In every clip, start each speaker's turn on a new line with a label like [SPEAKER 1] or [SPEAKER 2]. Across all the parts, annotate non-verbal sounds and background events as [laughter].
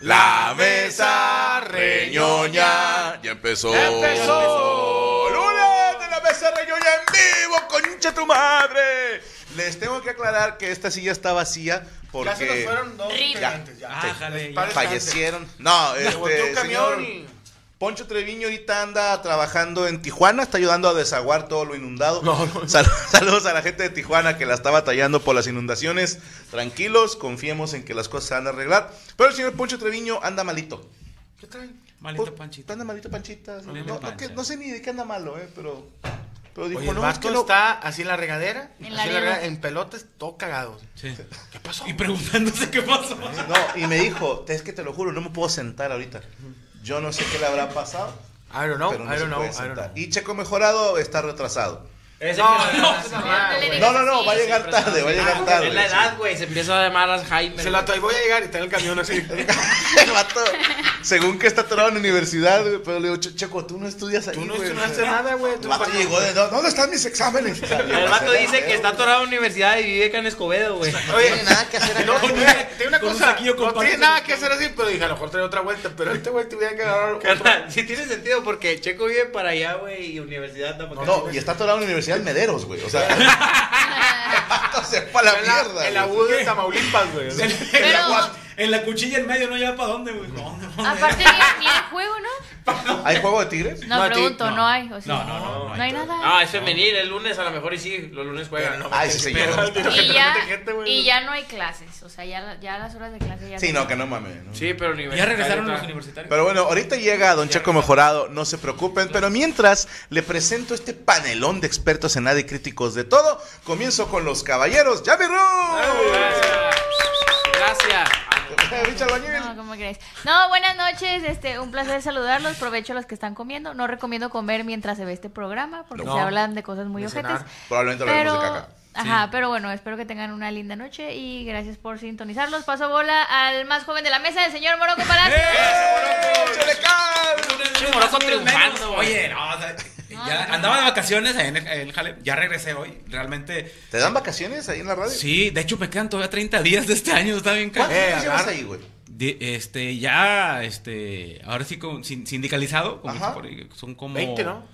[SPEAKER 1] La mesa reñoña ya empezó.
[SPEAKER 2] Ya empezó.
[SPEAKER 1] Lunes de la mesa reñoña en vivo, concha tu madre. Les tengo que aclarar que esta silla está vacía porque
[SPEAKER 2] Ya se nos fueron dos integrantes, ya.
[SPEAKER 3] Ájale,
[SPEAKER 2] Parece
[SPEAKER 1] fallecieron. No,
[SPEAKER 2] antes. Se volteó
[SPEAKER 1] este
[SPEAKER 2] un camión
[SPEAKER 1] señor
[SPEAKER 2] y...
[SPEAKER 1] Poncho Treviño ahorita anda trabajando en Tijuana, está ayudando a desaguar todo lo inundado. Sal- [laughs] saludos a la gente de Tijuana que la está batallando por las inundaciones. Tranquilos, confiemos en que las cosas se van a arreglar. Pero el señor Poncho Treviño anda malito. ¿Qué traen?
[SPEAKER 3] Malito
[SPEAKER 1] Pues,
[SPEAKER 3] Panchita.
[SPEAKER 1] Anda malito panchita. No,
[SPEAKER 3] Malito
[SPEAKER 1] no,
[SPEAKER 3] Pancha.
[SPEAKER 1] que- no sé ni de qué anda malo, eh, pero. Pero dijo,
[SPEAKER 2] Oye, el
[SPEAKER 1] no, es
[SPEAKER 2] vato
[SPEAKER 1] que no.
[SPEAKER 2] está así en la regadera,
[SPEAKER 4] En
[SPEAKER 2] en,
[SPEAKER 4] la
[SPEAKER 2] la
[SPEAKER 4] arena.
[SPEAKER 2] regadera, en pelotas, todo cagado.
[SPEAKER 3] Sí.
[SPEAKER 2] ¿Qué pasó?
[SPEAKER 3] Y preguntándose qué pasó.
[SPEAKER 1] No, y me dijo, es que te lo juro, no me puedo sentar ahorita. Yo no sé qué le habrá pasado.
[SPEAKER 2] I don't know,
[SPEAKER 1] pero no
[SPEAKER 2] I
[SPEAKER 1] se
[SPEAKER 2] don't know,
[SPEAKER 1] puede
[SPEAKER 2] I don't
[SPEAKER 1] sentar.
[SPEAKER 2] know.
[SPEAKER 1] Y Checo Mejorado está retrasado.
[SPEAKER 2] [laughs] No,
[SPEAKER 1] [laughs]
[SPEAKER 2] no,
[SPEAKER 5] Pues,
[SPEAKER 1] No, no, no, va a llegar tarde, va a llegar tarde.
[SPEAKER 5] Ah, Es la edad, güey. Se empieza a llamar Alzheimer.
[SPEAKER 2] Se la trae, voy a llegar y trae el camión
[SPEAKER 1] [laughs]
[SPEAKER 2] así.
[SPEAKER 1] El vato, según que está atorado en la universidad, güey, pero le digo, "Che- Checo, tú no estudias ahí,
[SPEAKER 2] Tú no
[SPEAKER 1] güey".
[SPEAKER 2] estudiaste nada, güey.
[SPEAKER 1] El
[SPEAKER 2] tú
[SPEAKER 1] vato
[SPEAKER 2] pa-
[SPEAKER 1] llegó de, "¿Dó- ¿dónde están mis exámenes?
[SPEAKER 5] El vato dice que está atorado en la universidad y vive acá en Escobedo, güey.
[SPEAKER 2] Oye,
[SPEAKER 1] tiene nada que hacer acá.
[SPEAKER 2] [laughs] No, tiene tiene una
[SPEAKER 3] Con un
[SPEAKER 2] cosa,
[SPEAKER 3] saquillo con
[SPEAKER 2] no tiene
[SPEAKER 3] papas.
[SPEAKER 2] nada que hacer así, pero dije, a lo mejor trae otra vuelta, pero este güey tuviera que agarrar
[SPEAKER 5] [laughs]
[SPEAKER 2] otro.
[SPEAKER 5] [laughs] Carnal, Sí tiene sentido porque Checo vive para allá, güey, y universidad anda para acá.
[SPEAKER 1] No, y está atorado en la universidad de Mederos, güey. O sea, [laughs] el vato se fue a la
[SPEAKER 2] En la-
[SPEAKER 1] mierda.
[SPEAKER 2] El
[SPEAKER 1] güey.
[SPEAKER 2] agudo de Tamaulipas, güey. o sea.
[SPEAKER 3] en,
[SPEAKER 6] Pero-
[SPEAKER 3] la, cua- en la cuchilla en medio no lleva para dónde, güey. No, no, no.
[SPEAKER 6] Aparte, ni hay juego, ¿no?
[SPEAKER 1] ¿Hay juego de tigres?
[SPEAKER 6] No,
[SPEAKER 2] No, a ti,
[SPEAKER 6] pregunto, no,
[SPEAKER 3] no.
[SPEAKER 6] hay. o sea,
[SPEAKER 3] No, no, no, no hay
[SPEAKER 6] hay
[SPEAKER 3] todo.
[SPEAKER 6] nada.
[SPEAKER 5] Ah, es femenil. El lunes a lo mejor y sí. Los lunes juegan.
[SPEAKER 2] Pero no.
[SPEAKER 1] Ay, sí, señor.
[SPEAKER 2] Pero- pero-
[SPEAKER 6] y,
[SPEAKER 2] que
[SPEAKER 6] ya,
[SPEAKER 2] te mete gente, güey.
[SPEAKER 6] y ya no hay clases. O sea, ya, la- ya las horas de clase ya
[SPEAKER 1] Sí,
[SPEAKER 6] no.
[SPEAKER 1] no, que no mames. ¿no?
[SPEAKER 5] Sí, pero universidad.
[SPEAKER 3] Ya regresaron los
[SPEAKER 5] está-
[SPEAKER 3] universitarios.
[SPEAKER 1] Pero bueno, ahorita llega Don Checo Mejorado, no se preocupen. Pero mientras, le presento este panelón de expertos en nada y críticos de todo. Comienzo con los caballeros. ¡Ya, mi
[SPEAKER 5] Gracias.
[SPEAKER 1] Eh,
[SPEAKER 6] No, ¿cómo crees? No, buenas noches, este, un placer saludarlos, provecho a los que están comiendo, no recomiendo comer mientras se ve este programa, porque
[SPEAKER 2] No.
[SPEAKER 6] se hablan de cosas muy
[SPEAKER 2] Ni
[SPEAKER 6] ojetes,
[SPEAKER 2] cenar.
[SPEAKER 1] Probablemente hablaremos
[SPEAKER 6] pero,
[SPEAKER 1] de caca.
[SPEAKER 6] ajá, pero bueno, espero que tengan una linda noche y gracias por sintonizarlos, paso bola al más joven de la mesa, el señor Moroco
[SPEAKER 3] ¡Eh!
[SPEAKER 6] Palacios.
[SPEAKER 1] ¡Échale ¡Eh, cal!
[SPEAKER 3] Lunes
[SPEAKER 5] Morocco
[SPEAKER 3] más, lunes
[SPEAKER 5] triunfando,
[SPEAKER 3] menos.
[SPEAKER 5] güey.
[SPEAKER 3] Oye, no, o sea, ya
[SPEAKER 6] no, no.
[SPEAKER 3] andaba de vacaciones ahí en el, en el jale. Ya regresé hoy. Realmente.
[SPEAKER 1] ¿Te dan vacaciones ahí en la radio?
[SPEAKER 3] Sí, de hecho me quedan todavía 30 días de este año. Está bien caro.
[SPEAKER 1] ¿Cuántos
[SPEAKER 2] Eh,
[SPEAKER 1] años llevas
[SPEAKER 2] agarra.
[SPEAKER 1] ahí, güey?
[SPEAKER 3] De- este, ya, este, ahora sí, con, sin- sindicalizado, como
[SPEAKER 1] Ajá.
[SPEAKER 3] se pone, son como...
[SPEAKER 2] 20, ¿no?
[SPEAKER 3] no,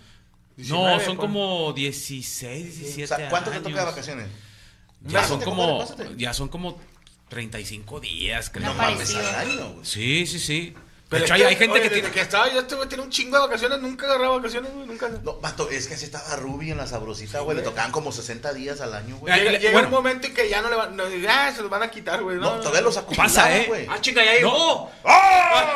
[SPEAKER 2] 19,
[SPEAKER 3] son
[SPEAKER 2] pon.
[SPEAKER 3] como 16, 17
[SPEAKER 1] O sea, ¿cuánto te toca de
[SPEAKER 3] años.
[SPEAKER 1] vacaciones?
[SPEAKER 3] Ya son
[SPEAKER 1] Pásate,
[SPEAKER 3] como,
[SPEAKER 1] compadre, pásate.
[SPEAKER 3] ya son como 35 días, creo.
[SPEAKER 6] No
[SPEAKER 1] No mames,
[SPEAKER 6] parecido.
[SPEAKER 1] al año, güey.
[SPEAKER 3] Sí, sí, sí.
[SPEAKER 2] Pero
[SPEAKER 3] de hecho,
[SPEAKER 2] es
[SPEAKER 3] hay, hay gente
[SPEAKER 2] oye,
[SPEAKER 3] que
[SPEAKER 2] desde
[SPEAKER 3] tiene...
[SPEAKER 2] que estaba yo, este güey tiene un chingo de vacaciones, nunca agarraba vacaciones, güey, nunca.
[SPEAKER 1] No, vato, es que así estaba Ruby en la sabrosita, güey. Le tocaban como 60 días al año, güey.
[SPEAKER 3] Ay,
[SPEAKER 2] Llega,
[SPEAKER 3] le-
[SPEAKER 2] llega
[SPEAKER 3] bueno.
[SPEAKER 2] un momento en que ya no le van, no, ya se los van a quitar, güey.
[SPEAKER 1] No,
[SPEAKER 2] No,
[SPEAKER 1] todavía los
[SPEAKER 3] Pasa,
[SPEAKER 1] acumulaban,
[SPEAKER 3] ¿eh?
[SPEAKER 1] güey.
[SPEAKER 5] Ah, chica, ya llegó.
[SPEAKER 3] ¡No! [laughs]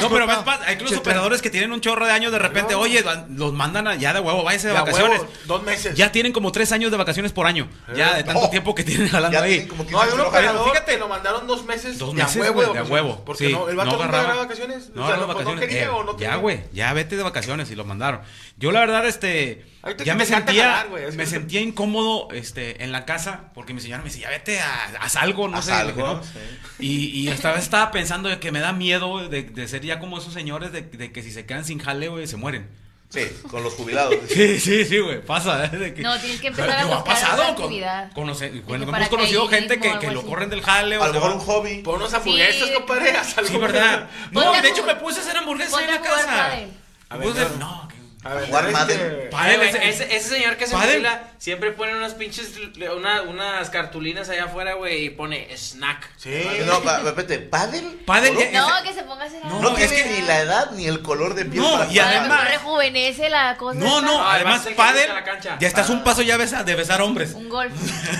[SPEAKER 3] no, pero ves, pas- hay que los operadores que tienen un chorro de años de repente, oye, van- los mandan a- ya de huevo, váyase de
[SPEAKER 2] Ya,
[SPEAKER 3] vacaciones.
[SPEAKER 2] huevo, dos meses.
[SPEAKER 3] Ya tienen como tres años de vacaciones por año. Ya de tanto
[SPEAKER 1] no.
[SPEAKER 3] tiempo que tienen jalando
[SPEAKER 1] Ya
[SPEAKER 3] ahí.
[SPEAKER 1] tienen como
[SPEAKER 2] No, hay
[SPEAKER 1] 15
[SPEAKER 2] un
[SPEAKER 1] trabajadores.
[SPEAKER 2] operador,
[SPEAKER 3] fíjate.
[SPEAKER 2] fíjate, lo mandaron dos meses.
[SPEAKER 3] Dos
[SPEAKER 2] de a
[SPEAKER 3] meses,
[SPEAKER 2] huevo
[SPEAKER 3] güey, de a
[SPEAKER 2] vacaciones,
[SPEAKER 3] huevo,
[SPEAKER 2] Porque
[SPEAKER 3] sí,
[SPEAKER 2] no, el vato
[SPEAKER 3] no
[SPEAKER 2] nunca agarraba
[SPEAKER 3] agarraba.
[SPEAKER 2] vacaciones?
[SPEAKER 3] No,
[SPEAKER 2] O sea,
[SPEAKER 3] no,
[SPEAKER 2] no- no
[SPEAKER 3] vacaciones.
[SPEAKER 2] quería
[SPEAKER 3] Eh,
[SPEAKER 2] o no
[SPEAKER 3] ya,
[SPEAKER 2] tenía.
[SPEAKER 3] güey, ya vete de vacaciones y lo mandaron. Yo la verdad, este,
[SPEAKER 2] Ahorita
[SPEAKER 3] ya
[SPEAKER 2] que
[SPEAKER 3] me
[SPEAKER 2] te encanta
[SPEAKER 3] sentía,
[SPEAKER 2] jalar, güey, es
[SPEAKER 3] me
[SPEAKER 2] que-
[SPEAKER 3] sentía incómodo, este, en la casa, porque mi señora me decía, ya vete, a- haz algo, no
[SPEAKER 1] Haz
[SPEAKER 3] sé. le
[SPEAKER 1] algo,
[SPEAKER 3] dije, "No".
[SPEAKER 1] sí.
[SPEAKER 3] Y, y esta vez estaba pensando de que me da miedo de, de ser ya como esos señores de, de que si se quedan sin jale, güey, se mueren. [laughs]
[SPEAKER 1] Sí, con los jubilados.
[SPEAKER 3] Sí, sí, sí, güey, pasa. ¿eh? De que-
[SPEAKER 6] No, tienes que empezar a
[SPEAKER 3] Digo,
[SPEAKER 6] buscar otra
[SPEAKER 3] con-
[SPEAKER 6] actividad.
[SPEAKER 3] conoce- bueno, hemos
[SPEAKER 6] paracaidismo
[SPEAKER 3] conocido gente
[SPEAKER 6] o
[SPEAKER 3] que,
[SPEAKER 6] algo
[SPEAKER 3] que lo
[SPEAKER 6] así.
[SPEAKER 3] corren del jale. o
[SPEAKER 1] A
[SPEAKER 3] se
[SPEAKER 1] lo mejor
[SPEAKER 3] va-
[SPEAKER 1] un hobby.
[SPEAKER 2] Pon unas hamburguesas,
[SPEAKER 6] Sí.
[SPEAKER 2] compadre. haz algo.
[SPEAKER 3] Sí, ¿verdad? No,
[SPEAKER 6] Ponte a
[SPEAKER 3] de hecho me
[SPEAKER 6] jugar-
[SPEAKER 3] puse a hacer hamburguesas ahí
[SPEAKER 6] Ponte
[SPEAKER 3] en
[SPEAKER 6] a
[SPEAKER 3] la
[SPEAKER 6] jugar
[SPEAKER 3] casa.
[SPEAKER 6] pádel.
[SPEAKER 2] A
[SPEAKER 3] Me
[SPEAKER 2] ver,
[SPEAKER 3] puse a-
[SPEAKER 2] no.
[SPEAKER 3] no, que-
[SPEAKER 2] A ver,
[SPEAKER 1] Jugar
[SPEAKER 2] este-
[SPEAKER 1] madre.
[SPEAKER 3] Padel,
[SPEAKER 5] Güey,
[SPEAKER 3] ese-
[SPEAKER 5] ese, ese señor que se
[SPEAKER 3] Padel.
[SPEAKER 5] fila siempre pone unas pinches, una- unas cartulinas allá afuera, güey, y pone snack.
[SPEAKER 2] Sí.
[SPEAKER 1] No, pa- espérate, ¿pádel?
[SPEAKER 3] Pádel,
[SPEAKER 1] ¿O
[SPEAKER 3] ya-
[SPEAKER 6] No, que se ponga a hacer algo.
[SPEAKER 1] No
[SPEAKER 3] No,
[SPEAKER 1] tiene
[SPEAKER 3] es que-
[SPEAKER 1] ni la edad ni el color de piel.
[SPEAKER 3] No,
[SPEAKER 1] para
[SPEAKER 3] y
[SPEAKER 6] A lo
[SPEAKER 1] jugar.
[SPEAKER 6] mejor
[SPEAKER 3] además-
[SPEAKER 6] rejuvenece la cosa.
[SPEAKER 3] No, no,
[SPEAKER 5] Ah, el
[SPEAKER 3] además
[SPEAKER 5] vato es el que
[SPEAKER 3] pádel,
[SPEAKER 5] brinca a la cancha.
[SPEAKER 3] ya estás un paso ya besa- de besar hombres.
[SPEAKER 6] Un golf.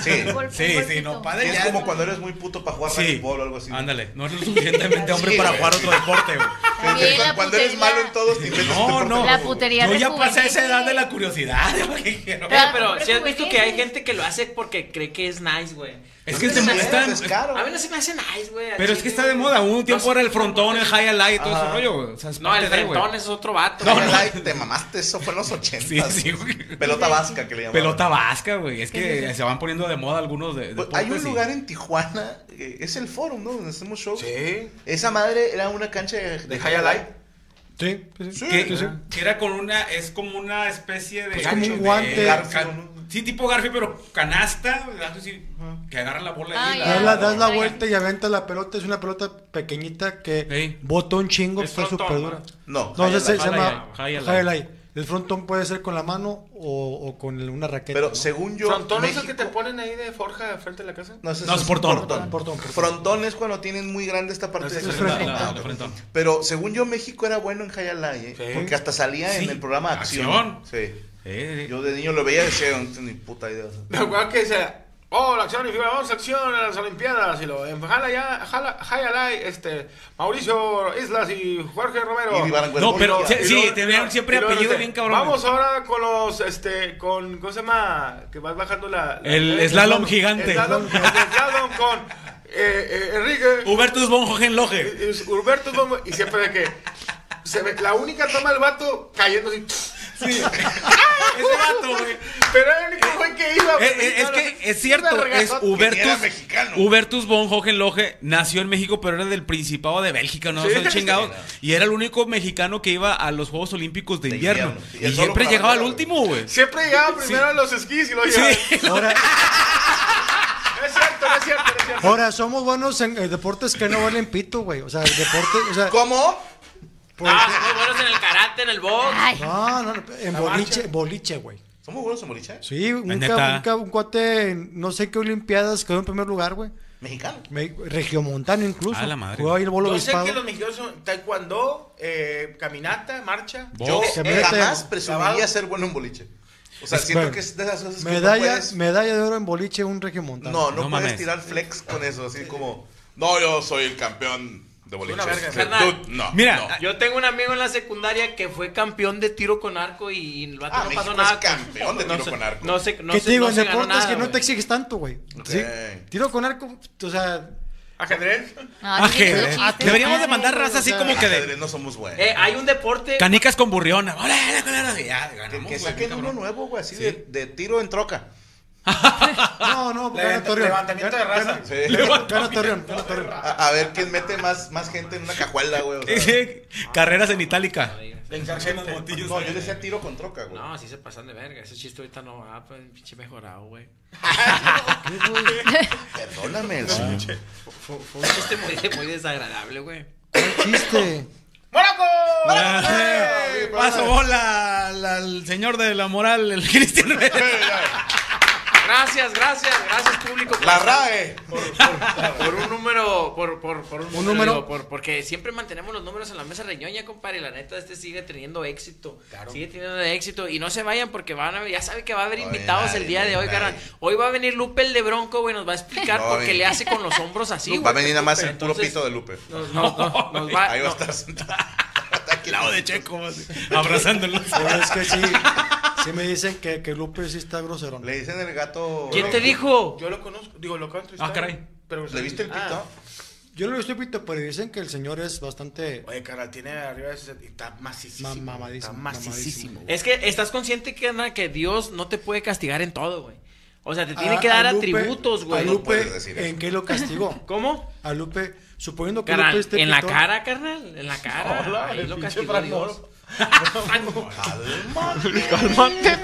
[SPEAKER 1] Sí.
[SPEAKER 6] Un golf- un
[SPEAKER 3] Sí, sí,
[SPEAKER 6] golfito.
[SPEAKER 3] no, pádel.
[SPEAKER 1] Sí, es
[SPEAKER 3] ya-
[SPEAKER 1] como cuando eres muy puto para jugar
[SPEAKER 3] Sí.
[SPEAKER 1] fútbol o algo así.
[SPEAKER 3] Ándale, no eres lo suficientemente
[SPEAKER 1] [laughs]
[SPEAKER 3] hombre
[SPEAKER 1] Sí,
[SPEAKER 3] para
[SPEAKER 1] güey.
[SPEAKER 3] jugar otro deporte,
[SPEAKER 1] [laughs]
[SPEAKER 3] güey.
[SPEAKER 6] También
[SPEAKER 1] Cu-
[SPEAKER 6] la
[SPEAKER 1] cuando eres
[SPEAKER 6] putería.
[SPEAKER 1] malo en todos te inventas un
[SPEAKER 3] No,
[SPEAKER 1] deporte
[SPEAKER 3] no.
[SPEAKER 6] La
[SPEAKER 1] nuevo.
[SPEAKER 6] putería
[SPEAKER 3] Yo ya pasé
[SPEAKER 6] rejuvenece.
[SPEAKER 3] esa edad de la curiosidad. [laughs] de lo que quiero.
[SPEAKER 6] Pero-
[SPEAKER 5] pero
[SPEAKER 6] pero
[SPEAKER 5] si has visto que
[SPEAKER 6] juvenil.
[SPEAKER 5] hay gente que lo hace porque cree que es nice, güey.
[SPEAKER 3] Es
[SPEAKER 5] A
[SPEAKER 3] que
[SPEAKER 5] mí
[SPEAKER 3] se
[SPEAKER 5] no
[SPEAKER 3] me
[SPEAKER 5] me
[SPEAKER 1] Es
[SPEAKER 5] hace-
[SPEAKER 3] está-
[SPEAKER 1] descaro.
[SPEAKER 5] A mí no se me hace nice, güey. al
[SPEAKER 3] Pero es
[SPEAKER 5] chile,
[SPEAKER 3] que está de
[SPEAKER 5] güey.
[SPEAKER 3] moda. Un tiempo
[SPEAKER 5] No,
[SPEAKER 3] era el frontón, el high and light y todo
[SPEAKER 1] Ajá.
[SPEAKER 3] ese rollo, güey. O sea, es
[SPEAKER 5] [laughs] No,
[SPEAKER 3] parte
[SPEAKER 5] el
[SPEAKER 3] de, güey.
[SPEAKER 5] frentón es otro vato.
[SPEAKER 1] No,
[SPEAKER 5] güey.
[SPEAKER 1] no, ay, te mamaste, eso fue en los 80.
[SPEAKER 3] Sí, sí, güey.
[SPEAKER 1] [laughs] Pelota vasca que le llamaban.
[SPEAKER 3] Pelota vasca, güey. Es que se van poniendo de moda algunos de.
[SPEAKER 1] Pues, hay un
[SPEAKER 3] deportes y-
[SPEAKER 1] lugar en Tijuana, eh, es el Forum, ¿no? Donde hacemos shows.
[SPEAKER 2] Sí.
[SPEAKER 1] Esa madre era una cancha de, de
[SPEAKER 2] High Alive.
[SPEAKER 7] Sí, sí, sí.
[SPEAKER 3] que,
[SPEAKER 7] Sí, sí.
[SPEAKER 3] que era con una, es como una especie de.
[SPEAKER 7] Pues como un
[SPEAKER 3] de-
[SPEAKER 7] guante.
[SPEAKER 3] Garfio,
[SPEAKER 1] ¿no?
[SPEAKER 3] Sí, tipo Garfi, pero canasta, ¿verdad? Así, que agarra la bola
[SPEAKER 6] Ah,
[SPEAKER 3] y
[SPEAKER 6] ya.
[SPEAKER 7] Das la, das la
[SPEAKER 6] Oigan.
[SPEAKER 7] vuelta y avienta la pelota. Es una pelota pequeñita que
[SPEAKER 3] Ey.
[SPEAKER 7] bota un chingo,
[SPEAKER 5] Es
[SPEAKER 7] está
[SPEAKER 5] frontón,
[SPEAKER 7] súper dura.
[SPEAKER 1] No,
[SPEAKER 7] No,
[SPEAKER 1] High
[SPEAKER 7] ese se,
[SPEAKER 1] Alive.
[SPEAKER 7] llama
[SPEAKER 3] High Alive.
[SPEAKER 7] High Alive. El frontón puede ser con la mano o, o con el- una raqueta.
[SPEAKER 1] Pero
[SPEAKER 7] ¿no?
[SPEAKER 1] según yo.
[SPEAKER 2] ¿Frontón no es el
[SPEAKER 1] México-
[SPEAKER 2] que te ponen ahí de forja frente a la casa? [laughs]
[SPEAKER 1] No, ese
[SPEAKER 3] No, es portón.
[SPEAKER 7] Portón, portón.
[SPEAKER 1] Frontón es cuando tienen muy grande esta parte
[SPEAKER 2] Ese
[SPEAKER 1] de
[SPEAKER 2] es
[SPEAKER 1] aquí.
[SPEAKER 7] el
[SPEAKER 3] La-
[SPEAKER 7] frente.
[SPEAKER 3] la-
[SPEAKER 1] Ah,
[SPEAKER 3] la
[SPEAKER 1] ok.
[SPEAKER 3] frentón.
[SPEAKER 1] Pero según yo, México era bueno en Hayalay, ¿eh?
[SPEAKER 2] Sí.
[SPEAKER 1] Porque hasta salía
[SPEAKER 3] Sí.
[SPEAKER 1] en el programa Acción.
[SPEAKER 3] Acción.
[SPEAKER 1] Sí.
[SPEAKER 3] Eh, eh.
[SPEAKER 1] Yo de niño lo veía y decía, no tengo ni puta idea.
[SPEAKER 2] Me acuerdo que decía, oh, la acción y figura, vamos a acción a las Olimpiadas. Y lo, en Jala ya, Jala, Jayalay, este, Mauricio Islas y Jorge Romero.
[SPEAKER 1] Y
[SPEAKER 7] pues,
[SPEAKER 1] Iván
[SPEAKER 3] No, pero
[SPEAKER 1] Huergo.
[SPEAKER 3] sí,
[SPEAKER 2] Y
[SPEAKER 3] sí,
[SPEAKER 2] luego-
[SPEAKER 3] tenían siempre
[SPEAKER 2] y luego
[SPEAKER 3] apellido
[SPEAKER 2] dice,
[SPEAKER 3] bien cabrón.
[SPEAKER 2] Vamos ahora con los, este, con, ¿cómo se llama? Que vas bajando la... la-
[SPEAKER 3] El
[SPEAKER 2] eh,
[SPEAKER 3] slalom gigante.
[SPEAKER 2] El slalom, el slalom con eh, eh, Enrique,
[SPEAKER 3] Hubertus von Hohenlohe.
[SPEAKER 7] [laughs]
[SPEAKER 2] eh, eh, Humberto Domo, y siempre de que... Se ve, la única toma del vato cayendo así.
[SPEAKER 3] Sí. [laughs] Ese vato, güey.
[SPEAKER 2] Pero era el único güey que iba.
[SPEAKER 3] Eh, eh, es que es cierto, es
[SPEAKER 1] Que era
[SPEAKER 3] Hubertus,
[SPEAKER 1] mexicano.
[SPEAKER 3] Hubertus von Hohenlohe nació en México, pero era del Principado de Bélgica, no
[SPEAKER 2] Sí.
[SPEAKER 3] son chingados. Y era el único mexicano que iba a los Juegos Olímpicos de
[SPEAKER 1] De
[SPEAKER 3] invierno.
[SPEAKER 1] invierno. Y
[SPEAKER 3] Y,
[SPEAKER 1] el solo
[SPEAKER 3] siempre llegaba al
[SPEAKER 1] carrera,
[SPEAKER 3] último, güey.
[SPEAKER 2] Siempre llegaba primero a los esquís y luego
[SPEAKER 3] Sí.
[SPEAKER 2] llegaba.
[SPEAKER 3] [laughs]
[SPEAKER 7] Ahora,
[SPEAKER 2] No es cierto, no es cierto, no es cierto.
[SPEAKER 7] ahora, somos buenos en eh, deportes que no valen pito, güey. O sea, deportes. O sea,
[SPEAKER 1] ¿Cómo?
[SPEAKER 7] por-
[SPEAKER 5] Ah, son muy buenos en el karate, en el box.
[SPEAKER 6] Ay,
[SPEAKER 7] no, no, no, en boliche, boliche, güey.
[SPEAKER 1] ¿Somos buenos en boliche?
[SPEAKER 7] Sí, un,
[SPEAKER 3] neta.
[SPEAKER 7] ca- un ca- un cuate, en no sé qué Olimpiadas quedó en primer lugar, güey.
[SPEAKER 1] Mexicano.
[SPEAKER 7] Me- Regiomontano incluso.
[SPEAKER 3] A la madre.
[SPEAKER 7] Jugaba ahí el bolo
[SPEAKER 2] Yo sé
[SPEAKER 7] obispado.
[SPEAKER 2] que los mexicanos son taekwondo, eh, caminata, marcha.
[SPEAKER 3] Box.
[SPEAKER 1] Yo
[SPEAKER 7] Se
[SPEAKER 1] eh,
[SPEAKER 7] mete.
[SPEAKER 1] jamás presumiría
[SPEAKER 2] Clavado.
[SPEAKER 1] ser bueno en boliche. O sea,
[SPEAKER 7] Es-
[SPEAKER 1] siento
[SPEAKER 7] bueno,
[SPEAKER 1] que es de las cosas que
[SPEAKER 7] medalla,
[SPEAKER 1] no puedes...
[SPEAKER 7] medalla de oro en boliche, un regiomontano.
[SPEAKER 1] No, no,
[SPEAKER 3] No
[SPEAKER 1] puedes
[SPEAKER 3] mames.
[SPEAKER 1] tirar flex con eso, así como... No, yo soy el campeón de boliche.
[SPEAKER 2] Una verga.
[SPEAKER 1] Sí,
[SPEAKER 5] Carnal.
[SPEAKER 1] tú- no,
[SPEAKER 3] Mira,
[SPEAKER 1] no.
[SPEAKER 5] Yo tengo un amigo en la secundaria que fue campeón de tiro con arco y el vato
[SPEAKER 1] Ah,
[SPEAKER 5] no
[SPEAKER 1] México
[SPEAKER 5] pasó nada.
[SPEAKER 1] es campeón de
[SPEAKER 5] No
[SPEAKER 1] tiro
[SPEAKER 5] se-
[SPEAKER 1] con arco.
[SPEAKER 5] No sé, no
[SPEAKER 7] ¿Qué
[SPEAKER 5] se-
[SPEAKER 7] te digo?
[SPEAKER 5] no
[SPEAKER 7] en
[SPEAKER 5] se ganó
[SPEAKER 7] deportes
[SPEAKER 5] nada,
[SPEAKER 7] que no te
[SPEAKER 5] güey.
[SPEAKER 7] exiges tanto, güey.
[SPEAKER 1] Ok.
[SPEAKER 7] Sí. Tiro con arco, o sea,
[SPEAKER 2] Ajedrez.
[SPEAKER 6] no, sí,
[SPEAKER 3] Ajedrez.
[SPEAKER 6] es un chiste,
[SPEAKER 3] Ah, Deberíamos
[SPEAKER 6] madre.
[SPEAKER 3] de mandar raza así como que de
[SPEAKER 1] Ajedrez no somos buenos.
[SPEAKER 5] Eh, hay un deporte.
[SPEAKER 3] canicas con burriona. Hola, hola, hola, hola. Ya,
[SPEAKER 1] que
[SPEAKER 3] ganamos,
[SPEAKER 1] que
[SPEAKER 3] güey,
[SPEAKER 1] saquen
[SPEAKER 3] cabrón.
[SPEAKER 1] uno nuevo, güey, así
[SPEAKER 3] Sí.
[SPEAKER 1] de, de tiro en troca.
[SPEAKER 7] no, no, gana
[SPEAKER 2] Levanta-
[SPEAKER 7] Torreón.
[SPEAKER 2] levantamiento de raza.
[SPEAKER 1] Sí.
[SPEAKER 7] Gana- Gana Torreón, gana Torreón.
[SPEAKER 1] A, a ver quién mete más, más gente en una cajuela, güey. o sea.
[SPEAKER 3] Ese, Carreras en itálica.
[SPEAKER 1] No, yo decía tiro con troca, güey.
[SPEAKER 5] No, así se pasan de verga. Ese chiste ahorita no va, pues, pinche mejorado, güey.
[SPEAKER 1] Perdóname. el señor.
[SPEAKER 5] Fue un chiste muy, muy desagradable, güey.
[SPEAKER 7] Qué chiste.
[SPEAKER 2] ¡Monaco!
[SPEAKER 3] Eh, Paso bola al, al señor de la moral, el [laughs] Cristian.
[SPEAKER 5] Gracias, gracias, gracias, público. por-
[SPEAKER 1] La RAE.
[SPEAKER 5] Por, por- por un número, por, por, por un, número.
[SPEAKER 7] número.
[SPEAKER 5] digo, por- porque siempre mantenemos los números en la mesa reñoña, compadre. y La neta, este sigue teniendo éxito. Sigue teniendo éxito. Y no se vayan porque van a ver- ya sabe que va a haber
[SPEAKER 1] Oye,
[SPEAKER 5] invitados
[SPEAKER 1] nadie,
[SPEAKER 5] el día de hoy,
[SPEAKER 1] nadie.
[SPEAKER 5] carnal. Hoy va a venir Lupe el de Bronco, güey, nos va a explicar
[SPEAKER 1] No,
[SPEAKER 5] por qué
[SPEAKER 1] ven.
[SPEAKER 5] le hace con los hombros así, güey.
[SPEAKER 1] Va a venir nada más el
[SPEAKER 5] Entonces,
[SPEAKER 1] puro pito de Lupe.
[SPEAKER 5] Nos, nos- nos- nos va,
[SPEAKER 1] Ahí va a
[SPEAKER 5] no.
[SPEAKER 1] estar sentado. Está aquí
[SPEAKER 3] Lado de Checo, así, abrazándolos.
[SPEAKER 7] [laughs] Pero es que sí, sí me dicen que, que Lupe sí está groserón.
[SPEAKER 1] Le dicen el gato.
[SPEAKER 5] ¿Quién te dijo?
[SPEAKER 2] Yo lo conozco, digo, lo acabo de entrevistar.
[SPEAKER 3] Ah, caray.
[SPEAKER 2] Pero,
[SPEAKER 1] ¿Le viste el pito?
[SPEAKER 5] Ah.
[SPEAKER 7] Yo no lo estoy pito, pero dicen que el señor es bastante.
[SPEAKER 2] Ah. Oye, cara, tiene arriba de 60 y está macicísimo.
[SPEAKER 7] Ma- mamadísimo,
[SPEAKER 2] está macicísimo.
[SPEAKER 7] mamadísimo. [laughs]
[SPEAKER 5] Es que estás consciente que, Ana, que Dios no te puede castigar en todo, güey. O sea, te tiene
[SPEAKER 7] A-
[SPEAKER 5] que dar
[SPEAKER 7] a Lupe-
[SPEAKER 5] atributos,
[SPEAKER 7] A
[SPEAKER 5] güey.
[SPEAKER 7] Lupe,
[SPEAKER 1] puedes decir eso.
[SPEAKER 7] ¿en qué lo castigó?
[SPEAKER 5] ¿Cómo?
[SPEAKER 7] A Lupe, suponiendo que Lupe
[SPEAKER 5] Carnal,
[SPEAKER 7] esté
[SPEAKER 5] en la
[SPEAKER 7] pitón-
[SPEAKER 5] cara, carnal, en la cara.
[SPEAKER 2] Hola,
[SPEAKER 5] Ahí
[SPEAKER 2] el
[SPEAKER 5] lo
[SPEAKER 2] pinche
[SPEAKER 5] castigó Dios.
[SPEAKER 2] Fernando.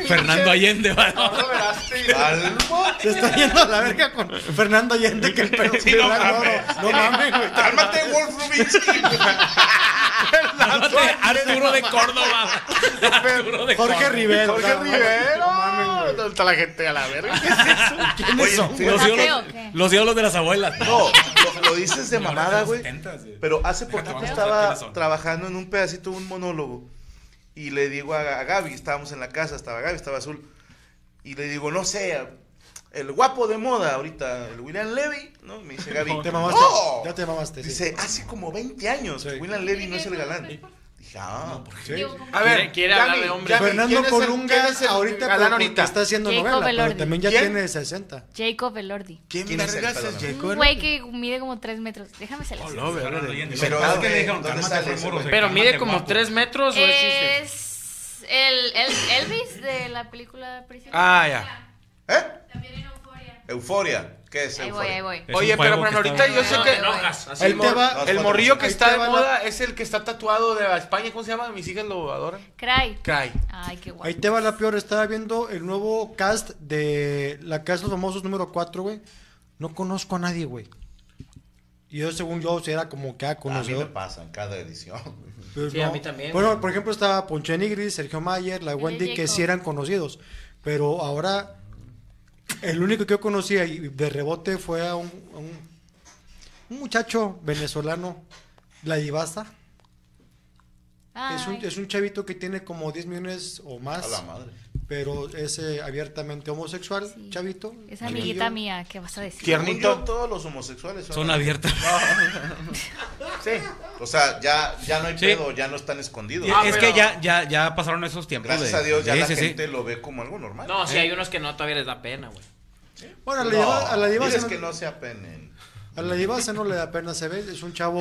[SPEAKER 3] Fernando Allende, va.
[SPEAKER 2] No veraste, mira.
[SPEAKER 7] Se está yendo a la verga con Fernando Allende, que el perro.
[SPEAKER 1] Sí, no
[SPEAKER 7] no,
[SPEAKER 1] mames.
[SPEAKER 7] no mames, güey.
[SPEAKER 1] Cálmate, Wolf Rubinsky.
[SPEAKER 3] Fernando Arturo de Córdoba. Arturo
[SPEAKER 7] Jorge
[SPEAKER 3] de Córdoba.
[SPEAKER 7] Rivero.
[SPEAKER 2] Jorge
[SPEAKER 7] no mames,
[SPEAKER 2] Rivero.
[SPEAKER 7] No mames,
[SPEAKER 2] ¿Dónde
[SPEAKER 7] güey.
[SPEAKER 2] está la gente a la verga? ¿Qué es eso?
[SPEAKER 1] Oye,
[SPEAKER 7] ¿Quiénes son,
[SPEAKER 1] sí,
[SPEAKER 7] güey?
[SPEAKER 3] Los
[SPEAKER 6] ¿Está
[SPEAKER 3] diablos-
[SPEAKER 6] feo o qué?
[SPEAKER 3] Los diablos de las abuelas.
[SPEAKER 1] No, lo, lo dices de
[SPEAKER 3] Señoras
[SPEAKER 1] mamada,
[SPEAKER 3] los
[SPEAKER 1] güey.
[SPEAKER 3] 70s, güey.
[SPEAKER 1] Pero hace
[SPEAKER 3] Déjate,
[SPEAKER 1] poquito
[SPEAKER 3] vamos a ver quiénes
[SPEAKER 1] estaba
[SPEAKER 3] son.
[SPEAKER 1] trabajando en un pedacito de un monólogo. Y le digo a, a Gaby, estábamos en la casa, estaba Gaby, estaba Azul. Y le digo, no sé, el guapo de moda ahorita, el William Levy, ¿no? Me dice Gaby.
[SPEAKER 7] Te mamaste.
[SPEAKER 1] "No".
[SPEAKER 7] Ya te mamaste. sí.
[SPEAKER 1] Dice, hace como 20 años que
[SPEAKER 7] Sí.
[SPEAKER 1] William Levy no es el galán. Dije, ah,
[SPEAKER 7] Sí.
[SPEAKER 2] A
[SPEAKER 5] Quiere- quiere hablar de hombres.
[SPEAKER 7] Fernando Colunga ahorita, pero
[SPEAKER 2] galán
[SPEAKER 7] porque
[SPEAKER 2] ahorita.
[SPEAKER 7] está haciendo
[SPEAKER 6] Jacob
[SPEAKER 7] novela, pero
[SPEAKER 6] Elordi.
[SPEAKER 7] también ya
[SPEAKER 2] ¿Quién?
[SPEAKER 7] tiene 60.
[SPEAKER 6] Jacob Elordi.
[SPEAKER 2] ¿Quién,
[SPEAKER 1] ¿Quién es el
[SPEAKER 2] vergas es
[SPEAKER 1] Fernando?
[SPEAKER 2] Jacob?
[SPEAKER 6] Un güey que mide como 3 metros. Déjame se
[SPEAKER 3] Oh,
[SPEAKER 6] las-
[SPEAKER 3] Fernando Allende.
[SPEAKER 1] Pero,
[SPEAKER 3] Lo que pasa es que
[SPEAKER 1] güey,
[SPEAKER 3] le dijeron,
[SPEAKER 1] ¿dónde
[SPEAKER 3] "Cálmate,
[SPEAKER 1] sale
[SPEAKER 3] Juan
[SPEAKER 1] ese
[SPEAKER 3] Morro",
[SPEAKER 1] güey?
[SPEAKER 3] se
[SPEAKER 5] [laughs] Pero
[SPEAKER 3] llama,
[SPEAKER 5] mide
[SPEAKER 3] "Te
[SPEAKER 5] como
[SPEAKER 3] guapo".
[SPEAKER 5] 3 metros, güey. chiste.
[SPEAKER 6] Es el, el Elvis de la película Prisionero.
[SPEAKER 2] Ah, ya.
[SPEAKER 1] ¿eh?
[SPEAKER 6] También en Euforia.
[SPEAKER 1] Euforia. ¿Qué es
[SPEAKER 6] Ahí
[SPEAKER 1] euforia?
[SPEAKER 6] voy, ahí voy.
[SPEAKER 3] Es
[SPEAKER 2] Oye,
[SPEAKER 3] un
[SPEAKER 2] pero
[SPEAKER 3] juego
[SPEAKER 2] por ejemplo,
[SPEAKER 3] que está-
[SPEAKER 2] ahorita yo sé
[SPEAKER 5] No,
[SPEAKER 2] que.
[SPEAKER 5] te enojas, así
[SPEAKER 2] el,
[SPEAKER 5] el
[SPEAKER 2] mor-
[SPEAKER 7] morro.
[SPEAKER 2] el morrillo que
[SPEAKER 7] Ahí
[SPEAKER 2] está
[SPEAKER 7] te
[SPEAKER 2] de
[SPEAKER 7] va la-
[SPEAKER 2] moda es el que está tatuado de España. ¿Cómo se llama? Mis hijas lo adoran.
[SPEAKER 6] Cry.
[SPEAKER 2] Cray.
[SPEAKER 6] Ay, qué guay.
[SPEAKER 7] Ahí te va la peor, estaba viendo el nuevo cast de la Casa de los Famosos número 4, güey. No conozco a nadie, güey. Y yo, según yo, si era como que ah,
[SPEAKER 1] A mí me
[SPEAKER 7] conocedor.
[SPEAKER 1] pasa en cada
[SPEAKER 7] [laughs]
[SPEAKER 1] edición.
[SPEAKER 7] pero
[SPEAKER 5] Sí, a mí también,
[SPEAKER 7] Bueno, por ejemplo, estaba Ponche Nigris, Sergio Mayer, la Wendy, que
[SPEAKER 6] Jacob.
[SPEAKER 7] sí eran conocidos. Pero ahora, el único que yo conocía y de rebote fue a un, a un, un muchacho venezolano, La Divaza. Es un,
[SPEAKER 6] Ay.
[SPEAKER 7] es un chavito que tiene como 10 millones o más.
[SPEAKER 1] A la madre.
[SPEAKER 7] pero es eh, abiertamente homosexual, chavito.
[SPEAKER 6] Es
[SPEAKER 7] Y
[SPEAKER 6] amiguita
[SPEAKER 7] yo-
[SPEAKER 6] mía, ¿qué vas a decir?
[SPEAKER 2] ¿Quién? Tiernito.
[SPEAKER 1] Según yo, todos los homosexuales son,
[SPEAKER 3] Son abiertas.
[SPEAKER 1] Sí. O sea, ya, ya no hay
[SPEAKER 3] Sí.
[SPEAKER 1] pedo, ya no están escondidos.
[SPEAKER 3] Y es que ya, ya, ya pasaron esos tiempos.
[SPEAKER 1] Gracias
[SPEAKER 3] de-
[SPEAKER 1] a Dios ya
[SPEAKER 3] Sí,
[SPEAKER 1] la
[SPEAKER 3] sí, sí.
[SPEAKER 1] gente lo ve como algo normal.
[SPEAKER 5] No, sí,
[SPEAKER 7] Eh.
[SPEAKER 5] hay unos que no, todavía les da pena, güey.
[SPEAKER 7] Bueno, a la
[SPEAKER 1] No,
[SPEAKER 7] Diva- a la diva
[SPEAKER 1] diles
[SPEAKER 7] se no-
[SPEAKER 1] que no se apenen.
[SPEAKER 7] a la diva se no le da pena, se ve, es un chavo,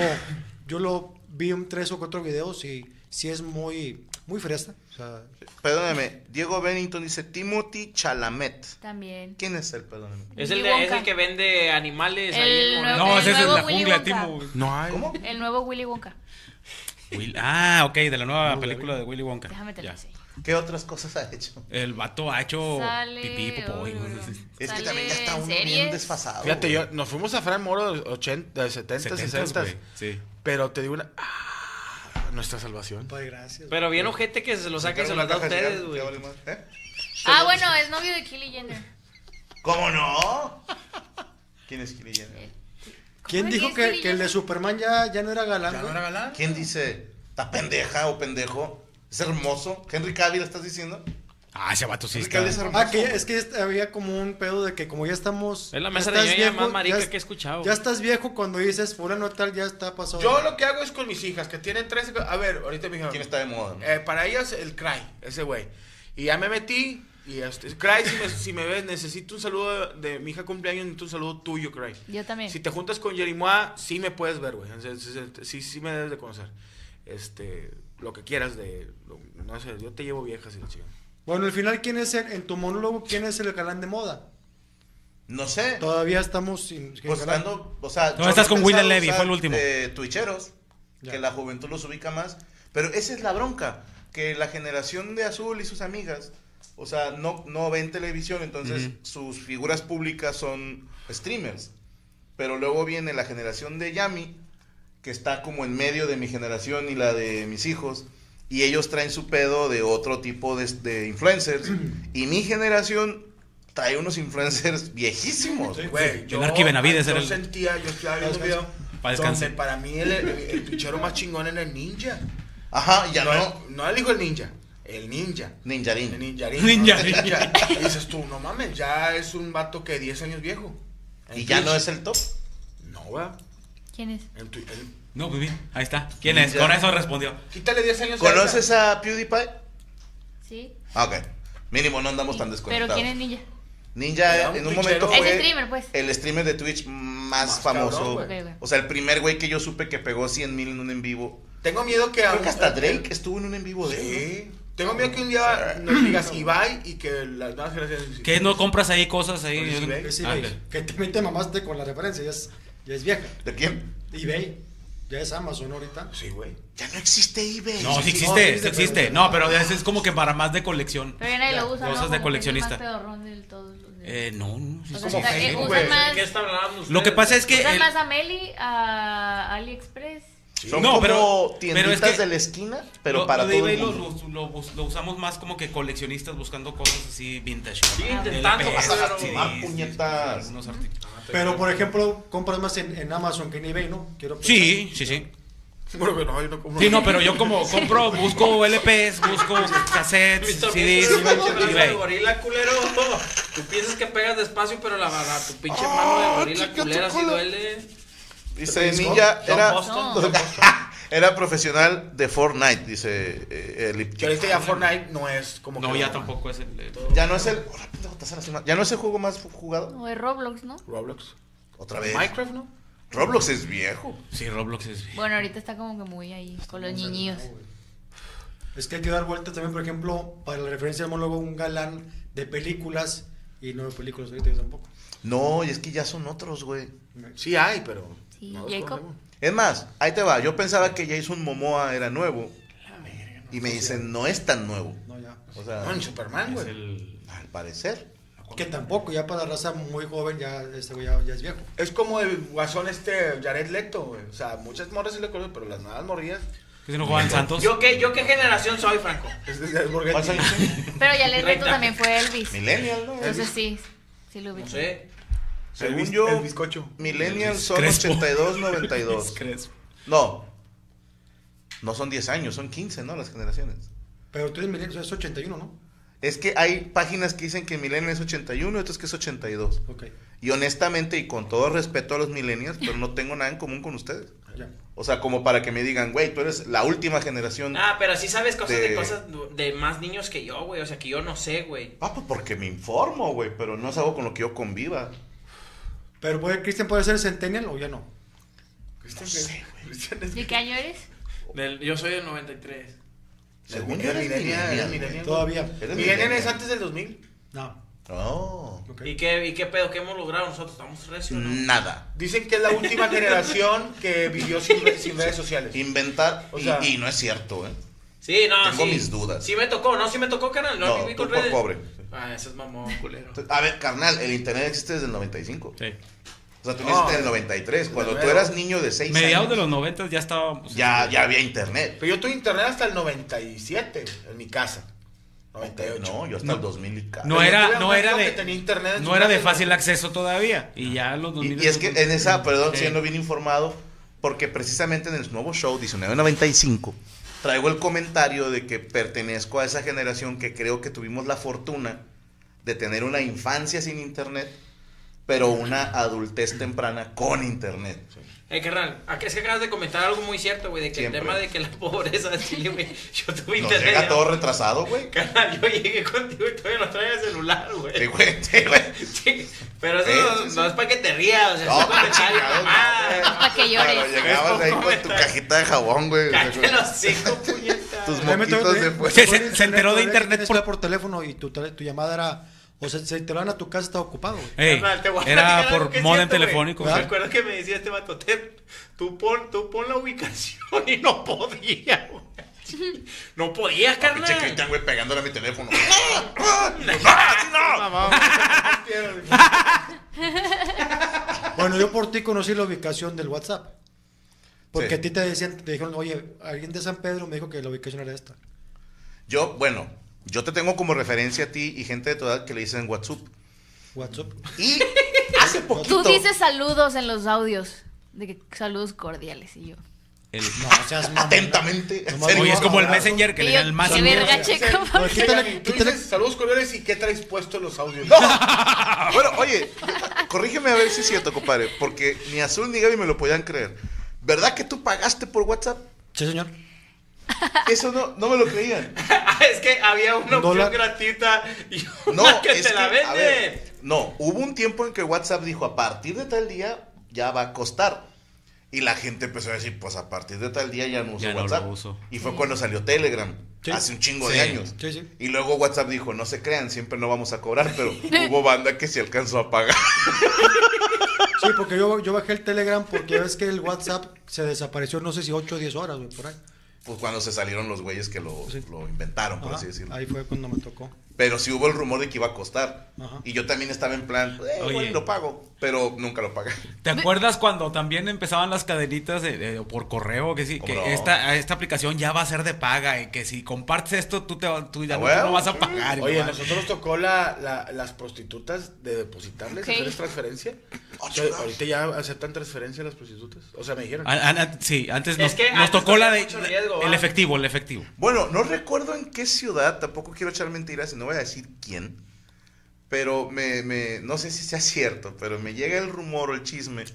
[SPEAKER 7] yo lo vi en tres o cuatro videos y sí es muy, muy fresa. o sea,
[SPEAKER 1] Perdóname, Diego Bennington dice Timothy Chalamet.
[SPEAKER 6] También.
[SPEAKER 1] ¿Quién es él, perdóname?
[SPEAKER 5] Es
[SPEAKER 6] Willy
[SPEAKER 5] el, de- es
[SPEAKER 6] Wonka.
[SPEAKER 5] el que vende animales ahí
[SPEAKER 6] El
[SPEAKER 5] en
[SPEAKER 6] nuevo-
[SPEAKER 3] No, ese es
[SPEAKER 6] nuevo
[SPEAKER 3] la
[SPEAKER 6] Willy
[SPEAKER 3] jungla,
[SPEAKER 6] Wonka.
[SPEAKER 3] Timo.
[SPEAKER 2] No hay.
[SPEAKER 1] ¿Cómo?
[SPEAKER 6] El nuevo Willy Wonka.
[SPEAKER 3] Will- ah, ok, de la nueva película de Willy Wonka.
[SPEAKER 6] Déjame te lo
[SPEAKER 3] Ya.
[SPEAKER 6] enseño.
[SPEAKER 1] ¿Qué otras cosas ha hecho?
[SPEAKER 3] El vato ha hecho
[SPEAKER 6] Sale-
[SPEAKER 3] pipí, popó. y
[SPEAKER 6] uy,
[SPEAKER 3] cosas
[SPEAKER 6] uy,
[SPEAKER 3] así.
[SPEAKER 6] uy.
[SPEAKER 1] Es que
[SPEAKER 6] Sale
[SPEAKER 1] también ya está
[SPEAKER 6] en
[SPEAKER 1] uno bien
[SPEAKER 6] series.
[SPEAKER 1] desfasado.
[SPEAKER 2] Fíjate,
[SPEAKER 1] güey.
[SPEAKER 7] Oh,
[SPEAKER 2] yo, nos fuimos a Fran Moro de 80, de 70,
[SPEAKER 3] 70s,
[SPEAKER 2] 60.
[SPEAKER 3] güey, Sí.
[SPEAKER 2] Pero te digo una. Ah, nuestra salvación.
[SPEAKER 7] pues gracias.
[SPEAKER 5] Pero bien ojete que se lo saca y se
[SPEAKER 1] Sacaron
[SPEAKER 5] lo
[SPEAKER 1] una
[SPEAKER 5] da a
[SPEAKER 1] caja de
[SPEAKER 5] ustedes,
[SPEAKER 1] cigarros,
[SPEAKER 5] güey.
[SPEAKER 1] ya vale más, ¿eh?
[SPEAKER 6] Ah, bueno, es novio de Kylie Jenner.
[SPEAKER 1] ¿Cómo no? ¿Quién es Kylie
[SPEAKER 6] Eh,
[SPEAKER 1] Jenner?
[SPEAKER 7] ¿Quién
[SPEAKER 6] Ay,
[SPEAKER 7] dijo
[SPEAKER 6] es
[SPEAKER 7] que,
[SPEAKER 6] Kylie
[SPEAKER 7] que el de
[SPEAKER 6] Jenner.
[SPEAKER 7] Superman ya, ya no era galán? güey?
[SPEAKER 2] galán?
[SPEAKER 1] ¿Quién dice está pendeja o pendejo? ¿Es hermoso? ¿Henry Cavill estás diciendo?
[SPEAKER 3] Ah, ese vato sí
[SPEAKER 1] ¿Henry
[SPEAKER 3] está.
[SPEAKER 1] Cavill es hermoso?
[SPEAKER 7] Ah, que
[SPEAKER 1] güey.
[SPEAKER 7] es que est- había como un pedo de que como ya estamos...
[SPEAKER 5] Es
[SPEAKER 7] ya
[SPEAKER 5] la mesa de
[SPEAKER 7] estás
[SPEAKER 5] ñoña más
[SPEAKER 7] viejo,
[SPEAKER 5] marica
[SPEAKER 7] ya es-
[SPEAKER 5] que he escuchado.
[SPEAKER 7] Ya estás viejo cuando dices, fulano tal, ya está pasado.
[SPEAKER 2] Yo lo que hago es con mis hijas, que tienen 13. A ver, ahorita me dijeron.
[SPEAKER 1] ¿Quién está de moda? no?
[SPEAKER 2] Eh, para ellas, el Cry, ese güey. Y ya me metí. Y este, Cry, si me, si me ves, necesito un saludo de, de mi hija cumpleaños, necesito un saludo tuyo, Cry.
[SPEAKER 6] Yo también.
[SPEAKER 2] Si te juntas con Jerimoa, sí me puedes ver, güey. Entonces, Sí, sí, sí me debes de conocer. Este, lo que quieras de. lo- no sé, yo te llevo viejas y la chica.
[SPEAKER 7] Bueno, al final, ¿quién es el, en tu monólogo, quién es el galán de moda?
[SPEAKER 1] No sé.
[SPEAKER 7] Todavía estamos sin. sin
[SPEAKER 1] Pues
[SPEAKER 7] ganar.
[SPEAKER 1] ando, o sea,
[SPEAKER 3] No,
[SPEAKER 1] yo
[SPEAKER 3] estás con
[SPEAKER 1] he
[SPEAKER 3] William
[SPEAKER 1] pensado
[SPEAKER 3] Levy,
[SPEAKER 1] usar,
[SPEAKER 3] fue el último.
[SPEAKER 1] eh, Twitcheros,
[SPEAKER 7] Ya.
[SPEAKER 1] que la juventud los ubica más. Pero esa es la bronca, que la generación de Azul y sus amigas, o sea, no, no ven televisión, entonces sus figuras públicas son streamers. Pero luego viene la generación de Yami, que está como en medio de mi generación y la de mis hijos. Y ellos traen su pedo de otro tipo de, de influencers. y mi generación trae unos influencers viejísimos.
[SPEAKER 2] Güey, yo,
[SPEAKER 3] Arqui Benavides
[SPEAKER 2] yo
[SPEAKER 3] era el-
[SPEAKER 2] sentía, yo estaba viendo un video
[SPEAKER 3] Pa' descanse.
[SPEAKER 2] donde para mí el, el pichero más chingón era el ninja.
[SPEAKER 1] Ajá, ya
[SPEAKER 2] no,
[SPEAKER 1] no.
[SPEAKER 2] el- no el hijo del ninja, el ninja.
[SPEAKER 1] Ninjarín.
[SPEAKER 2] El ninjarín.
[SPEAKER 3] Ninjarín.
[SPEAKER 2] ¿no? Ya, y dices tú, no mames, ya es un vato que 10 años viejo.
[SPEAKER 1] Y ya no es el top.
[SPEAKER 2] No, va.
[SPEAKER 6] ¿Quién es?
[SPEAKER 2] En tu- en-
[SPEAKER 3] No, pues bien, ahí está. ¿Quién es? Con eso respondió.
[SPEAKER 2] Quítale 10 años. a
[SPEAKER 1] ¿Conoces a PewDiePie?
[SPEAKER 6] Sí.
[SPEAKER 1] Ah, ok. Mínimo no andamos tan
[SPEAKER 6] Pero
[SPEAKER 1] desconectados.
[SPEAKER 6] ¿quién es Ninja?
[SPEAKER 1] Ninja
[SPEAKER 2] Era un
[SPEAKER 1] en un
[SPEAKER 2] twitchero.
[SPEAKER 1] momento
[SPEAKER 6] Es
[SPEAKER 1] fue
[SPEAKER 6] streamer, pues.
[SPEAKER 1] el streamer de Twitch más,
[SPEAKER 2] Más
[SPEAKER 1] famoso.
[SPEAKER 2] cabrón,
[SPEAKER 6] güey.
[SPEAKER 1] o sea, el primer güey que yo supe que pegó 100 mil en un en vivo.
[SPEAKER 2] Tengo miedo que...
[SPEAKER 1] Creo que hasta
[SPEAKER 2] eh,
[SPEAKER 1] Drake estuvo en un en vivo de él.
[SPEAKER 2] Sí. Tengo miedo que un día nos digas Ibai y que las nuevas generaciones...
[SPEAKER 3] ¿Qué no compras ahí cosas ahí?
[SPEAKER 2] Por eBay.
[SPEAKER 7] Es
[SPEAKER 3] Ah,
[SPEAKER 7] eBay.
[SPEAKER 3] ok.
[SPEAKER 7] Que también te mamaste con la referencia, ya es, ya es vieja.
[SPEAKER 1] ¿no? ¿De quién?
[SPEAKER 7] eBay, ya es Amazon ahorita.
[SPEAKER 2] Sí, güey.
[SPEAKER 1] Ya no existe eBay.
[SPEAKER 3] No, sí
[SPEAKER 7] No, sí
[SPEAKER 3] existe,
[SPEAKER 7] existe,
[SPEAKER 3] sí existe.
[SPEAKER 7] pero-
[SPEAKER 3] No, pero es es como que para más de colección.
[SPEAKER 6] Pero ya nadie lo usa.
[SPEAKER 3] Cosas
[SPEAKER 6] ¿no?
[SPEAKER 3] de
[SPEAKER 6] Como que es el más
[SPEAKER 3] coleccionista.
[SPEAKER 6] pedorrón de todos los de-
[SPEAKER 3] Eh, no, no. sí
[SPEAKER 6] O
[SPEAKER 3] existe.
[SPEAKER 6] sea,
[SPEAKER 2] como
[SPEAKER 6] está- eh,
[SPEAKER 2] Facebook,
[SPEAKER 6] usan
[SPEAKER 2] güey.
[SPEAKER 6] más,
[SPEAKER 5] ¿Qué está hablando
[SPEAKER 3] Lo que pasa es que.
[SPEAKER 6] usan
[SPEAKER 3] el-
[SPEAKER 6] más a Meli, a AliExpress.
[SPEAKER 1] Son
[SPEAKER 3] No,
[SPEAKER 1] como
[SPEAKER 3] pero-
[SPEAKER 1] tienditas
[SPEAKER 3] pero es que-
[SPEAKER 1] de la esquina, pero
[SPEAKER 3] lo-
[SPEAKER 1] para
[SPEAKER 3] lo de
[SPEAKER 1] todo el
[SPEAKER 3] eBay lo-
[SPEAKER 1] mundo.
[SPEAKER 3] Lo, lo bus- lo usamos más como que coleccionistas buscando cosas así vintage.
[SPEAKER 5] Sigue
[SPEAKER 3] como
[SPEAKER 5] intentando,
[SPEAKER 3] LPs,
[SPEAKER 5] vas a
[SPEAKER 1] gastar,
[SPEAKER 3] CDs,
[SPEAKER 1] ah, puñetas.
[SPEAKER 3] algunos artículos.
[SPEAKER 7] Ah, Pero por ejemplo, compras más en, en Amazon que en eBay, ¿no? Quiero pensar.
[SPEAKER 3] Sí, sí, sí.
[SPEAKER 2] Bueno, que no, yo no compro.
[SPEAKER 3] Sí, no, pero yo como compro, busco LPs, busco cassettes, CDs,
[SPEAKER 5] de
[SPEAKER 3] eBay.
[SPEAKER 5] gorila culero. Tú piensas que pegas despacio, pero la, la tu pinche
[SPEAKER 7] Ah,
[SPEAKER 5] mano de gorila culera sí duele.
[SPEAKER 1] Dice
[SPEAKER 7] Scott,
[SPEAKER 1] Ninja,
[SPEAKER 2] John
[SPEAKER 1] era,
[SPEAKER 5] Boston,
[SPEAKER 6] John
[SPEAKER 1] [laughs] era profesional de Fortnite, dice eh, el
[SPEAKER 2] Pero este ya Fortnite no es como
[SPEAKER 3] No,
[SPEAKER 2] que-
[SPEAKER 3] ya tampoco es el. el-
[SPEAKER 1] Ya no es el. Hola, pendejo, te hacen así mal. Ya no es el juego más jugado.
[SPEAKER 6] O de Roblox, ¿no?
[SPEAKER 2] Roblox.
[SPEAKER 1] Otra vez.
[SPEAKER 2] Minecraft, ¿no?
[SPEAKER 1] Roblox es viejo.
[SPEAKER 3] Sí, Roblox es.
[SPEAKER 6] Bueno, ahorita está como que muy ahí con los niñillos.
[SPEAKER 7] Es que hay que dar vueltas también, por ejemplo, para la referencia del monólogo, un galán de películas y no de películas ahorita yo tampoco.
[SPEAKER 1] No, y es que ya son otros, güey.
[SPEAKER 2] Sí hay, pero...
[SPEAKER 6] Sí,
[SPEAKER 2] no los
[SPEAKER 6] Jacob.
[SPEAKER 2] conocemos.
[SPEAKER 1] Es más, ahí te va. Yo pensaba que Jason Momoa era nuevo. Y me dicen, no es tan nuevo.
[SPEAKER 7] No, ya.
[SPEAKER 1] O sea,
[SPEAKER 2] No, en Superman,
[SPEAKER 3] Es
[SPEAKER 2] güey.
[SPEAKER 3] el.
[SPEAKER 1] al parecer.
[SPEAKER 7] Que tampoco, ya para la raza muy joven, ya este güey ya, ya es viejo.
[SPEAKER 2] Es como el guasón este Jared Leto, güey. O sea, muchas morras sí le conocen, pero las nuevas morrillas.
[SPEAKER 3] ¿Qué si no juegan Santos?
[SPEAKER 5] ¿Yo qué, ¿Yo qué generación soy, Franco?
[SPEAKER 2] Es, es, es
[SPEAKER 1] ¿Cuál
[SPEAKER 2] Borghetti.
[SPEAKER 1] salió?
[SPEAKER 6] Pero ya les reto también fue Elvis.
[SPEAKER 1] [laughs] Millennial, ¿no?
[SPEAKER 6] Entonces sí, sí lo
[SPEAKER 5] No
[SPEAKER 6] ubico.
[SPEAKER 5] sé.
[SPEAKER 1] Según
[SPEAKER 2] bis-
[SPEAKER 1] yo,
[SPEAKER 2] el bizcocho.
[SPEAKER 1] Millennial son
[SPEAKER 3] Crespo.
[SPEAKER 1] 82,
[SPEAKER 2] [laughs]
[SPEAKER 1] 92.
[SPEAKER 3] Crespo.
[SPEAKER 1] No. No son 10 años, son 15, ¿no? Las generaciones.
[SPEAKER 7] Pero tú eres milenio, es 81, ¿no?
[SPEAKER 1] Es que hay páginas que dicen que Millennial es 81 y otras que es 82.
[SPEAKER 7] Ok,
[SPEAKER 1] Y honestamente, y con todo respeto a los millennials, pero no tengo nada en común con ustedes.
[SPEAKER 7] ya.
[SPEAKER 1] O sea, como para que me digan, güey, tú eres la última generación.
[SPEAKER 5] Ah, pero sí sabes cosas de,
[SPEAKER 1] De-
[SPEAKER 5] cosas de más niños que yo, güey. O sea, que yo no sé, güey.
[SPEAKER 1] Ah, pues porque me informo, güey, pero no es algo con lo que yo conviva.
[SPEAKER 7] Pero puede, Cristian puede ser centennial o ya no.
[SPEAKER 2] Cristian, güey. Cristian es-
[SPEAKER 6] ¿De qué año eres?
[SPEAKER 5] Del- yo soy del 93.
[SPEAKER 1] Según
[SPEAKER 2] Era
[SPEAKER 1] yo eres
[SPEAKER 2] millennial, era
[SPEAKER 1] millennial.
[SPEAKER 2] millennial.
[SPEAKER 7] Todavía.
[SPEAKER 1] Eres
[SPEAKER 2] Millennial
[SPEAKER 1] millennial.
[SPEAKER 2] es antes del 2000.
[SPEAKER 7] No.
[SPEAKER 1] No.
[SPEAKER 7] Ok.
[SPEAKER 5] ¿Y qué, ¿Y qué pedo? ¿Qué hemos logrado nosotros? ¿Estamos recio o
[SPEAKER 1] Mm,
[SPEAKER 5] no?
[SPEAKER 1] Nada.
[SPEAKER 2] Dicen que es la última generación que vivió sin, re- sin redes sociales.
[SPEAKER 1] Inventar,
[SPEAKER 2] O
[SPEAKER 1] y-
[SPEAKER 2] sea-
[SPEAKER 1] y, no es cierto, ¿eh?
[SPEAKER 5] Sí, no,
[SPEAKER 1] Tengo
[SPEAKER 5] sí.
[SPEAKER 1] mis dudas.
[SPEAKER 5] Sí me tocó, no, sí me tocó, canal. No,
[SPEAKER 1] No,
[SPEAKER 5] viví
[SPEAKER 1] tú
[SPEAKER 5] con
[SPEAKER 1] por
[SPEAKER 5] redes.
[SPEAKER 1] pobre.
[SPEAKER 5] Ah, ese es mamón, culero.
[SPEAKER 1] Entonces, A ver, carnal, el internet existe desde el 95.
[SPEAKER 3] Sí.
[SPEAKER 1] O sea, tú
[SPEAKER 2] No.
[SPEAKER 1] naciste en el 93. Cuando tú
[SPEAKER 2] Pero-
[SPEAKER 1] eras niño de 6
[SPEAKER 3] Mediados de
[SPEAKER 1] años,
[SPEAKER 3] los 90 ya estábamos.
[SPEAKER 1] ya, ya había internet.
[SPEAKER 2] Pero yo tuve internet hasta el 97 en mi casa. 98.
[SPEAKER 1] No, yo hasta el 2000 y ca-
[SPEAKER 3] No
[SPEAKER 2] Yo
[SPEAKER 3] era,
[SPEAKER 2] tuve un
[SPEAKER 3] no era
[SPEAKER 2] amigo
[SPEAKER 3] de,
[SPEAKER 2] que tenía internet en su
[SPEAKER 3] no era de
[SPEAKER 2] casa,
[SPEAKER 3] fácil
[SPEAKER 2] güey.
[SPEAKER 3] acceso todavía. Y ya los 2000.
[SPEAKER 1] Y, y es que en esa, perdón,
[SPEAKER 3] Sí.
[SPEAKER 1] siendo bien informado, porque precisamente en el nuevo show 1995 traigo el comentario de que pertenezco a esa generación que creo que tuvimos la fortuna de tener una infancia sin internet, pero una adultez temprana con internet.
[SPEAKER 5] Eh, carnal, ac- es que acabas de comentar algo muy cierto, güey, de que
[SPEAKER 1] Siempre.
[SPEAKER 5] el tema de que la [laughs] pobreza de Chile, güey, yo tuve
[SPEAKER 1] Nos
[SPEAKER 5] internet.
[SPEAKER 1] llega
[SPEAKER 5] ya-
[SPEAKER 1] todo retrasado, güey.
[SPEAKER 5] Carnal, yo llegué contigo y todavía no traía celular, güey.
[SPEAKER 1] Sí, güey, [laughs] sí, güey.
[SPEAKER 5] Sí, pero eso
[SPEAKER 1] Sí,
[SPEAKER 5] no,
[SPEAKER 1] sí, sí.
[SPEAKER 5] no es para que te rías, o sea, [laughs]
[SPEAKER 1] No,
[SPEAKER 5] es un comentario de
[SPEAKER 1] chingados,
[SPEAKER 5] mamada.
[SPEAKER 1] no,
[SPEAKER 6] Para que
[SPEAKER 1] Claro,
[SPEAKER 6] llores.
[SPEAKER 1] llegabas ahí con tu cajita de jabón, güey.
[SPEAKER 5] Cállate los cinco, puñetas.
[SPEAKER 1] Tus
[SPEAKER 7] También
[SPEAKER 1] moquitos
[SPEAKER 7] todavía-
[SPEAKER 1] de fuera.
[SPEAKER 3] Se-
[SPEAKER 7] todavía
[SPEAKER 3] pues, [laughs] se- se enteró
[SPEAKER 1] [laughs]
[SPEAKER 3] de
[SPEAKER 7] todavía
[SPEAKER 3] internet
[SPEAKER 7] tienes
[SPEAKER 3] por-
[SPEAKER 7] que hablar por teléfono y tu, tele- tu llamada era. O sea, se enteraban a tu casa, estaba ocupado. güey.
[SPEAKER 3] [laughs] Ey,
[SPEAKER 5] Carnal, te voy a
[SPEAKER 3] era
[SPEAKER 5] platicar algo que
[SPEAKER 3] por
[SPEAKER 5] es
[SPEAKER 3] modem
[SPEAKER 5] cierto, güey.
[SPEAKER 3] telefónico.
[SPEAKER 5] Me
[SPEAKER 7] ¿verdad?
[SPEAKER 5] acuerdo que me decía este vato, "Ted, tú pon, tú pon la ubicación y no podía, güey. [laughs] No podías,
[SPEAKER 1] Pinche
[SPEAKER 5] carnal.
[SPEAKER 1] Cristian, ¡Ah! güey, pegándole a mi
[SPEAKER 6] [laughs]
[SPEAKER 1] teléfono.
[SPEAKER 2] Ah,
[SPEAKER 7] [laughs] Bueno, yo por ti conocí la ubicación del WhatsApp. Porque
[SPEAKER 1] Sí.
[SPEAKER 7] a ti te decían, te dijeron, oye, alguien de San Pedro me dijo que la ubicación era esta.
[SPEAKER 1] Yo, bueno, yo te tengo como referencia a ti y gente de tu edad que le dicen WhatsApp.
[SPEAKER 7] WhatsApp.
[SPEAKER 6] [laughs]
[SPEAKER 1] Y hace poquito.
[SPEAKER 6] Tú dices saludos en los audios. De que saludos cordiales y yo.
[SPEAKER 3] El-
[SPEAKER 7] No,
[SPEAKER 1] [laughs]
[SPEAKER 7] seas mamón.
[SPEAKER 1] Atentamente. en
[SPEAKER 7] No,
[SPEAKER 1] serio.
[SPEAKER 3] Oye, es como el
[SPEAKER 7] abrazo.
[SPEAKER 1] [laughs]
[SPEAKER 3] Messenger que
[SPEAKER 6] Y
[SPEAKER 3] le
[SPEAKER 6] yo,
[SPEAKER 3] dan el más.
[SPEAKER 6] qué verga,
[SPEAKER 2] Dice-
[SPEAKER 6] checo.
[SPEAKER 2] dice
[SPEAKER 7] Pero quítale-
[SPEAKER 2] Gaby, tú
[SPEAKER 7] quítale-
[SPEAKER 2] dices saludos cordiales y qué traes puesto los audios.
[SPEAKER 1] Bueno, oye, corrígeme a ver si es cierto, compadre. Porque ni Azul ni Gaby me lo podían creer. ¿Verdad que tú pagaste por WhatsApp?
[SPEAKER 7] Sí, señor.
[SPEAKER 1] Eso no, no me lo creían.
[SPEAKER 5] [laughs] Ah, es que había una opción
[SPEAKER 7] Dólar.
[SPEAKER 5] gratuita y
[SPEAKER 1] [laughs]
[SPEAKER 5] una
[SPEAKER 1] No,
[SPEAKER 5] que
[SPEAKER 1] es
[SPEAKER 5] te la
[SPEAKER 1] que, a ver,
[SPEAKER 5] vende.
[SPEAKER 1] No, hubo un tiempo en que WhatsApp dijo, a partir de tal día ya va a costar. Y la gente empezó a decir, pues a partir de tal día ya no uso
[SPEAKER 3] Ya no lo
[SPEAKER 1] WhatsApp.
[SPEAKER 3] uso.
[SPEAKER 1] Y fue cuando salió Telegram, hace un chingo
[SPEAKER 3] Sí.
[SPEAKER 1] de años.
[SPEAKER 7] Sí, sí.
[SPEAKER 1] Y luego WhatsApp dijo, no se crean, siempre no vamos a cobrar,
[SPEAKER 7] [laughs]
[SPEAKER 1] pero hubo banda que se alcanzó a pagar.
[SPEAKER 7] Sí, porque yo, yo bajé el Telegram porque ya ves que el WhatsApp se desapareció, no sé si 8 o 10 horas, güey, por ahí.
[SPEAKER 1] Pues cuando se salieron los güeyes que lo, lo inventaron, por
[SPEAKER 7] Ajá,
[SPEAKER 1] así decirlo.
[SPEAKER 7] Ahí fue cuando me tocó.
[SPEAKER 1] Pero sí hubo el rumor de que iba a costar.
[SPEAKER 7] Ajá.
[SPEAKER 1] Y yo también estaba en plan, eh,
[SPEAKER 3] Oye.
[SPEAKER 1] igual y lo pago, pero nunca lo pagué.
[SPEAKER 3] ¿Te acuerdas cuando también empezaban las cadenitas de- de- por correo? Que sí,
[SPEAKER 1] ¿Cómo
[SPEAKER 3] que
[SPEAKER 1] no?
[SPEAKER 3] esta, esta aplicación ya va a ser de paga y que si compartes esto, tú, te, va- tú ya
[SPEAKER 1] Ah,
[SPEAKER 3] no,
[SPEAKER 1] bueno.
[SPEAKER 3] no vas a pagar. y
[SPEAKER 2] Oye,
[SPEAKER 3] no
[SPEAKER 2] a
[SPEAKER 3] vas-
[SPEAKER 2] nosotros nos tocó la, la- las prostitutas de depositarles,
[SPEAKER 6] Ok.
[SPEAKER 2] hacerles transferencia. O sea, ahorita ya aceptan transferencia las prostitutas. O sea, me dijeron.
[SPEAKER 1] Ah,
[SPEAKER 3] An- an- an- sí, antes
[SPEAKER 5] Es
[SPEAKER 3] nos,
[SPEAKER 5] que
[SPEAKER 3] nos
[SPEAKER 5] antes
[SPEAKER 3] tocó la
[SPEAKER 5] había
[SPEAKER 3] de
[SPEAKER 5] mucho riesgo,
[SPEAKER 3] el
[SPEAKER 5] ¿va?
[SPEAKER 3] efectivo, el efectivo.
[SPEAKER 1] Bueno, no recuerdo en qué ciudad, tampoco quiero echar mentiras y no voy a decir quién, pero me, me- no sé si sea cierto, pero me llega el rumor o el chisme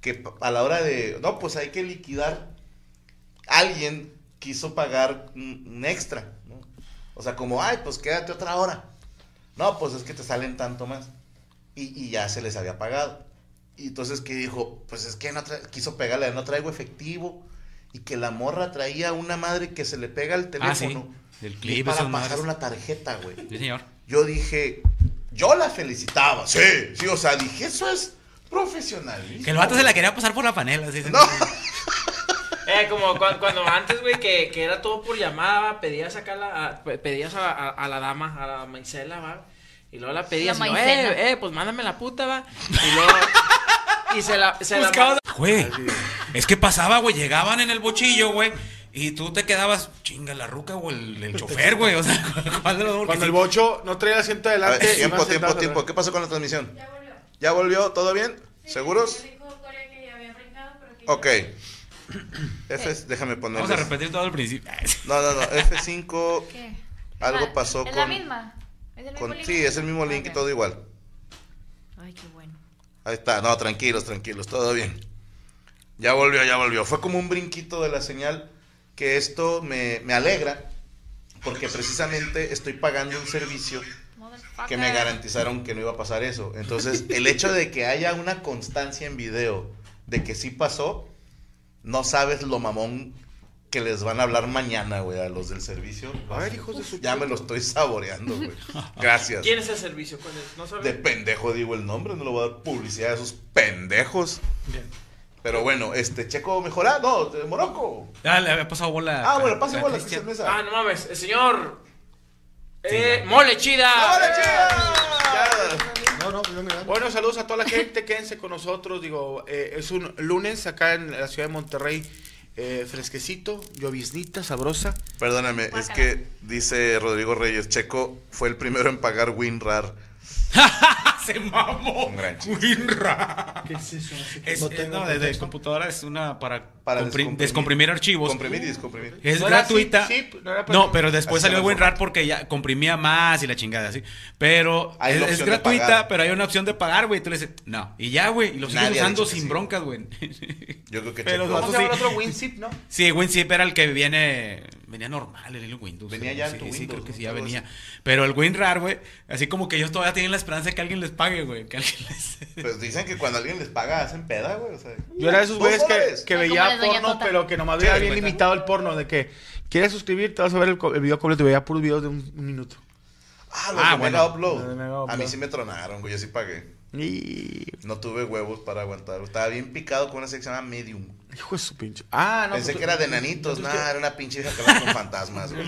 [SPEAKER 1] que pa- a la hora de, no, pues hay que liquidar, alguien quiso pagar un, un extra, ¿no? O sea, como, ay, pues quédate otra hora. No, pues es que te salen tanto más. Y, y ya se les había pagado. Y entonces que dijo, pues es que no tra- quiso pegarle, no traigo efectivo. Y que la morra traía una madre que se le pega al
[SPEAKER 3] Ah, sí.
[SPEAKER 1] teléfono.
[SPEAKER 3] El
[SPEAKER 1] Y
[SPEAKER 3] clip,
[SPEAKER 1] para
[SPEAKER 3] esas
[SPEAKER 1] pasar
[SPEAKER 3] madres.
[SPEAKER 1] una tarjeta, güey.
[SPEAKER 3] Sí, señor.
[SPEAKER 1] Yo dije, yo la felicitaba. Sí, sí, o sea, dije, eso es profesionalismo.
[SPEAKER 3] Que el vato se la quería pasar por la panela. así se-
[SPEAKER 1] No.
[SPEAKER 5] Eh, como cua- cuando antes, güey, que, que era todo por llamada, va, pedías acá la, a- pe- pedías a, a- a la dama, a la maicela, va. Y luego la pedías,
[SPEAKER 6] La
[SPEAKER 5] y luego,
[SPEAKER 6] maicena.
[SPEAKER 5] eh, eh, pues mándame la puta, va. Y luego. Y se la. Se la
[SPEAKER 3] Buscabas-
[SPEAKER 5] mand-
[SPEAKER 3] Güey, es que pasaba, güey, llegaban en el bochillo, güey, y tú te quedabas, chinga la ruca o el,
[SPEAKER 1] [laughs]
[SPEAKER 3] el chofer, güey, o sea, [laughs] ¿cuál de los
[SPEAKER 2] Cuando
[SPEAKER 3] dos? Porque
[SPEAKER 2] el bocho no traía asiento
[SPEAKER 1] A ver,
[SPEAKER 2] adelante. iba
[SPEAKER 1] tiempo,
[SPEAKER 2] sentado
[SPEAKER 1] tiempo, tiempo.
[SPEAKER 2] atrás.
[SPEAKER 1] ¿Qué pasó con la transmisión?
[SPEAKER 6] Ya volvió.
[SPEAKER 1] ¿Ya volvió? ¿Todo bien? ¿Seguros? Ok.
[SPEAKER 6] Eh.
[SPEAKER 1] F, déjame
[SPEAKER 3] sí-
[SPEAKER 1] ponerles.
[SPEAKER 3] Vamos a repetir todo al principio. [laughs]
[SPEAKER 1] No, no, no. F5.
[SPEAKER 6] ¿Qué?
[SPEAKER 1] Algo
[SPEAKER 6] Ah,
[SPEAKER 1] pasó
[SPEAKER 6] ¿Es la
[SPEAKER 1] con-
[SPEAKER 6] misma? ¿Es el mismo
[SPEAKER 1] con-
[SPEAKER 6] link?
[SPEAKER 1] sí, es el mismo link y
[SPEAKER 6] Ok.
[SPEAKER 1] todo igual.
[SPEAKER 6] Ay, qué bueno.
[SPEAKER 1] Ahí está. No, tranquilos, tranquilos. Todo bien. Ya volvió, ya volvió. Fue como un brinquito de la señal que esto me, me alegra porque precisamente estoy pagando un servicio que me garantizaron que no iba a pasar eso. Entonces, el hecho de que haya una constancia en video de que sí pasó, no sabes lo mamón que les van a hablar mañana, güey, a los del servicio.
[SPEAKER 2] A ver, hijos de su
[SPEAKER 1] Ya me lo estoy saboreando,
[SPEAKER 2] [laughs]
[SPEAKER 1] güey. Gracias.
[SPEAKER 5] ¿Quién es el servicio? ¿Cuál es? No sabes.
[SPEAKER 1] De pendejo digo el nombre, no le voy a dar publicidad a esos pendejos. Pero bueno, este, Checo mejorá, no, de Morocco.
[SPEAKER 3] Ah, le había pasado bola.
[SPEAKER 1] Ah,
[SPEAKER 3] a-
[SPEAKER 1] bueno,
[SPEAKER 3] a
[SPEAKER 1] pase bola,
[SPEAKER 3] Cristian.
[SPEAKER 1] Cristian Mesa.
[SPEAKER 5] Ah, no mames, el señor.
[SPEAKER 3] Sí,
[SPEAKER 5] Eh,
[SPEAKER 3] ya.
[SPEAKER 5] mole chida.
[SPEAKER 1] ¡Hola,
[SPEAKER 2] Ya,
[SPEAKER 1] chida!
[SPEAKER 7] No, no, yo me
[SPEAKER 2] Bueno, saludos a toda la gente, quédense con nosotros. Digo, eh, es un lunes acá en la ciudad de Monterrey, eh, fresquecito, lloviznita, sabrosa.
[SPEAKER 1] Perdóname, es que dice Rodrigo Reyes, Checo fue el primero en pagar WinRAR.
[SPEAKER 3] [laughs] Ah, Se mamó.
[SPEAKER 1] Un gran chiste.
[SPEAKER 3] WinRAR.
[SPEAKER 2] ¿Qué es eso?
[SPEAKER 3] Es,
[SPEAKER 7] No
[SPEAKER 3] es-
[SPEAKER 7] tengo
[SPEAKER 3] no, de- de
[SPEAKER 7] contexto.
[SPEAKER 3] computadora es una para,
[SPEAKER 1] Para
[SPEAKER 3] comprim-
[SPEAKER 1] descomprimir.
[SPEAKER 3] descomprimir,
[SPEAKER 2] Pues,
[SPEAKER 3] archivos.
[SPEAKER 1] Comprimir y descomprimir.
[SPEAKER 3] Es
[SPEAKER 2] ¿No era
[SPEAKER 3] gratuita.
[SPEAKER 2] zip, zip? ¿No
[SPEAKER 3] ¿No,
[SPEAKER 2] era para-
[SPEAKER 3] pero después
[SPEAKER 1] Así
[SPEAKER 3] salió
[SPEAKER 1] era el
[SPEAKER 3] WinRAR
[SPEAKER 1] formato.
[SPEAKER 3] porque ya comprimía más y la chingada así. Pero
[SPEAKER 1] Hay
[SPEAKER 3] es,
[SPEAKER 1] la
[SPEAKER 3] es
[SPEAKER 1] opción de pagar.
[SPEAKER 3] gratuita, pero hay una opción de pagar, güey. Tú le dices, no. Y ya, güey. Y lo sigues
[SPEAKER 1] Nadie ha
[SPEAKER 3] usando
[SPEAKER 1] dicho que
[SPEAKER 3] sin
[SPEAKER 1] sí.
[SPEAKER 3] broncas, güey. [laughs]
[SPEAKER 1] Yo creo que
[SPEAKER 3] Pero
[SPEAKER 1] Checo-
[SPEAKER 3] los
[SPEAKER 2] ¿Cómo
[SPEAKER 3] vatos
[SPEAKER 2] se llama el
[SPEAKER 3] sí.
[SPEAKER 2] otro WinZip, no?
[SPEAKER 3] Sí, WinZip era el que viene. Venía normal en el Windows.
[SPEAKER 1] Venía
[SPEAKER 3] ¿no?
[SPEAKER 1] ya en
[SPEAKER 3] sí,
[SPEAKER 1] tu
[SPEAKER 3] sí,
[SPEAKER 1] Windows,
[SPEAKER 3] creo que
[SPEAKER 1] ¿no?
[SPEAKER 3] sí, ya
[SPEAKER 1] Algo
[SPEAKER 3] venía.
[SPEAKER 1] así.
[SPEAKER 3] Pero el WinRAR, güey, así como que ellos todavía tienen la esperanza de que alguien les pague, güey. Que alguien les. [laughs]
[SPEAKER 1] Pues dicen que cuando alguien les paga hacen peda, güey. O sea,
[SPEAKER 2] Yo era de esos
[SPEAKER 1] Dos
[SPEAKER 2] güeyes
[SPEAKER 1] dólares.
[SPEAKER 2] que, que
[SPEAKER 6] Ay, como
[SPEAKER 2] veía
[SPEAKER 6] la doña
[SPEAKER 2] porno,
[SPEAKER 6] Tota.
[SPEAKER 2] pero que nomás
[SPEAKER 3] Sí,
[SPEAKER 2] veía
[SPEAKER 3] de
[SPEAKER 2] bien
[SPEAKER 3] cuenta.
[SPEAKER 2] limitado el porno, de que quieres suscribirte, vas a ver el, co- el video completo, veía puros videos de un, un minuto.
[SPEAKER 1] ah, los
[SPEAKER 3] Ah,
[SPEAKER 1] de Mega
[SPEAKER 3] bueno.
[SPEAKER 1] Upload.
[SPEAKER 2] Los de Mega
[SPEAKER 1] A mí
[SPEAKER 2] Upload.
[SPEAKER 1] sí me tronaron, güey. Yo sí pagué.
[SPEAKER 2] Y...
[SPEAKER 1] No tuve huevos para aguantar. Estaba bien picado con una serie que se llama Medium.
[SPEAKER 2] Hijo de su pinche. Ah, no.
[SPEAKER 1] Pensé
[SPEAKER 2] pues,
[SPEAKER 1] que era de
[SPEAKER 2] tú-
[SPEAKER 1] nanitos.
[SPEAKER 2] tú-
[SPEAKER 1] Nada, era una pinche hija que hablaba
[SPEAKER 2] [laughs]
[SPEAKER 1] con fantasmas, güey.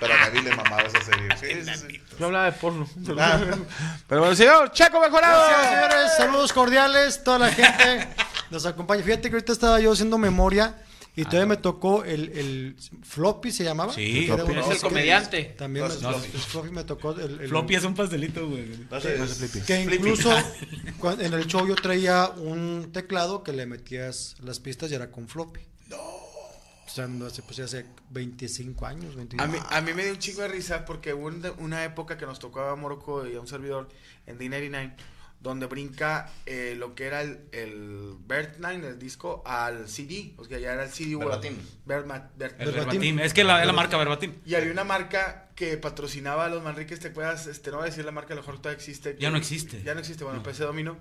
[SPEAKER 1] Pero a David le mamaba esa serie. Sí, sí, sí.
[SPEAKER 2] Yo hablaba de porno.
[SPEAKER 1] Ah.
[SPEAKER 2] [laughs] Pero bueno, señor, Chaco Mejorado.
[SPEAKER 7] Gracias, señores. Saludos cordiales. Toda la gente nos acompaña. Fíjate que ahorita estaba yo haciendo memoria y todavía me tocó el, el floppy, se llamaba.
[SPEAKER 3] Ah,
[SPEAKER 7] Que
[SPEAKER 3] Sí,
[SPEAKER 7] era
[SPEAKER 3] Floppy.
[SPEAKER 7] un-
[SPEAKER 5] Es el comediante.
[SPEAKER 7] También
[SPEAKER 1] Los
[SPEAKER 7] me,
[SPEAKER 1] floppy.
[SPEAKER 7] los floppy me tocó el, el-
[SPEAKER 3] Floppy es un pastelito, güey.
[SPEAKER 1] Entonces,
[SPEAKER 7] Que
[SPEAKER 1] Flippy.
[SPEAKER 7] incluso [laughs] cuan- en el show yo traía un teclado que le metías las pistas y era con floppy. No. O sea, no hace, pues ya hace 25 años, 25
[SPEAKER 2] A mí, a mí me dio un chingo de risa porque hubo un- una época que nos tocaba a Morocco y a un servidor en D99, donde brinca eh, lo que era el, el Nine, el disco, al CD. O sea, ya era el CD. güey.
[SPEAKER 1] Verbatim.
[SPEAKER 2] Verma- ver-
[SPEAKER 3] El verbatim. Es que la, es la marca verbatim.
[SPEAKER 2] Y había una marca que patrocinaba a los Manriques, ¿te acuerdas? Este, no voy a decir la marca, a lo mejor todavía existe.
[SPEAKER 3] Ya no existe.
[SPEAKER 2] Ya no existe, bueno, PC Domino.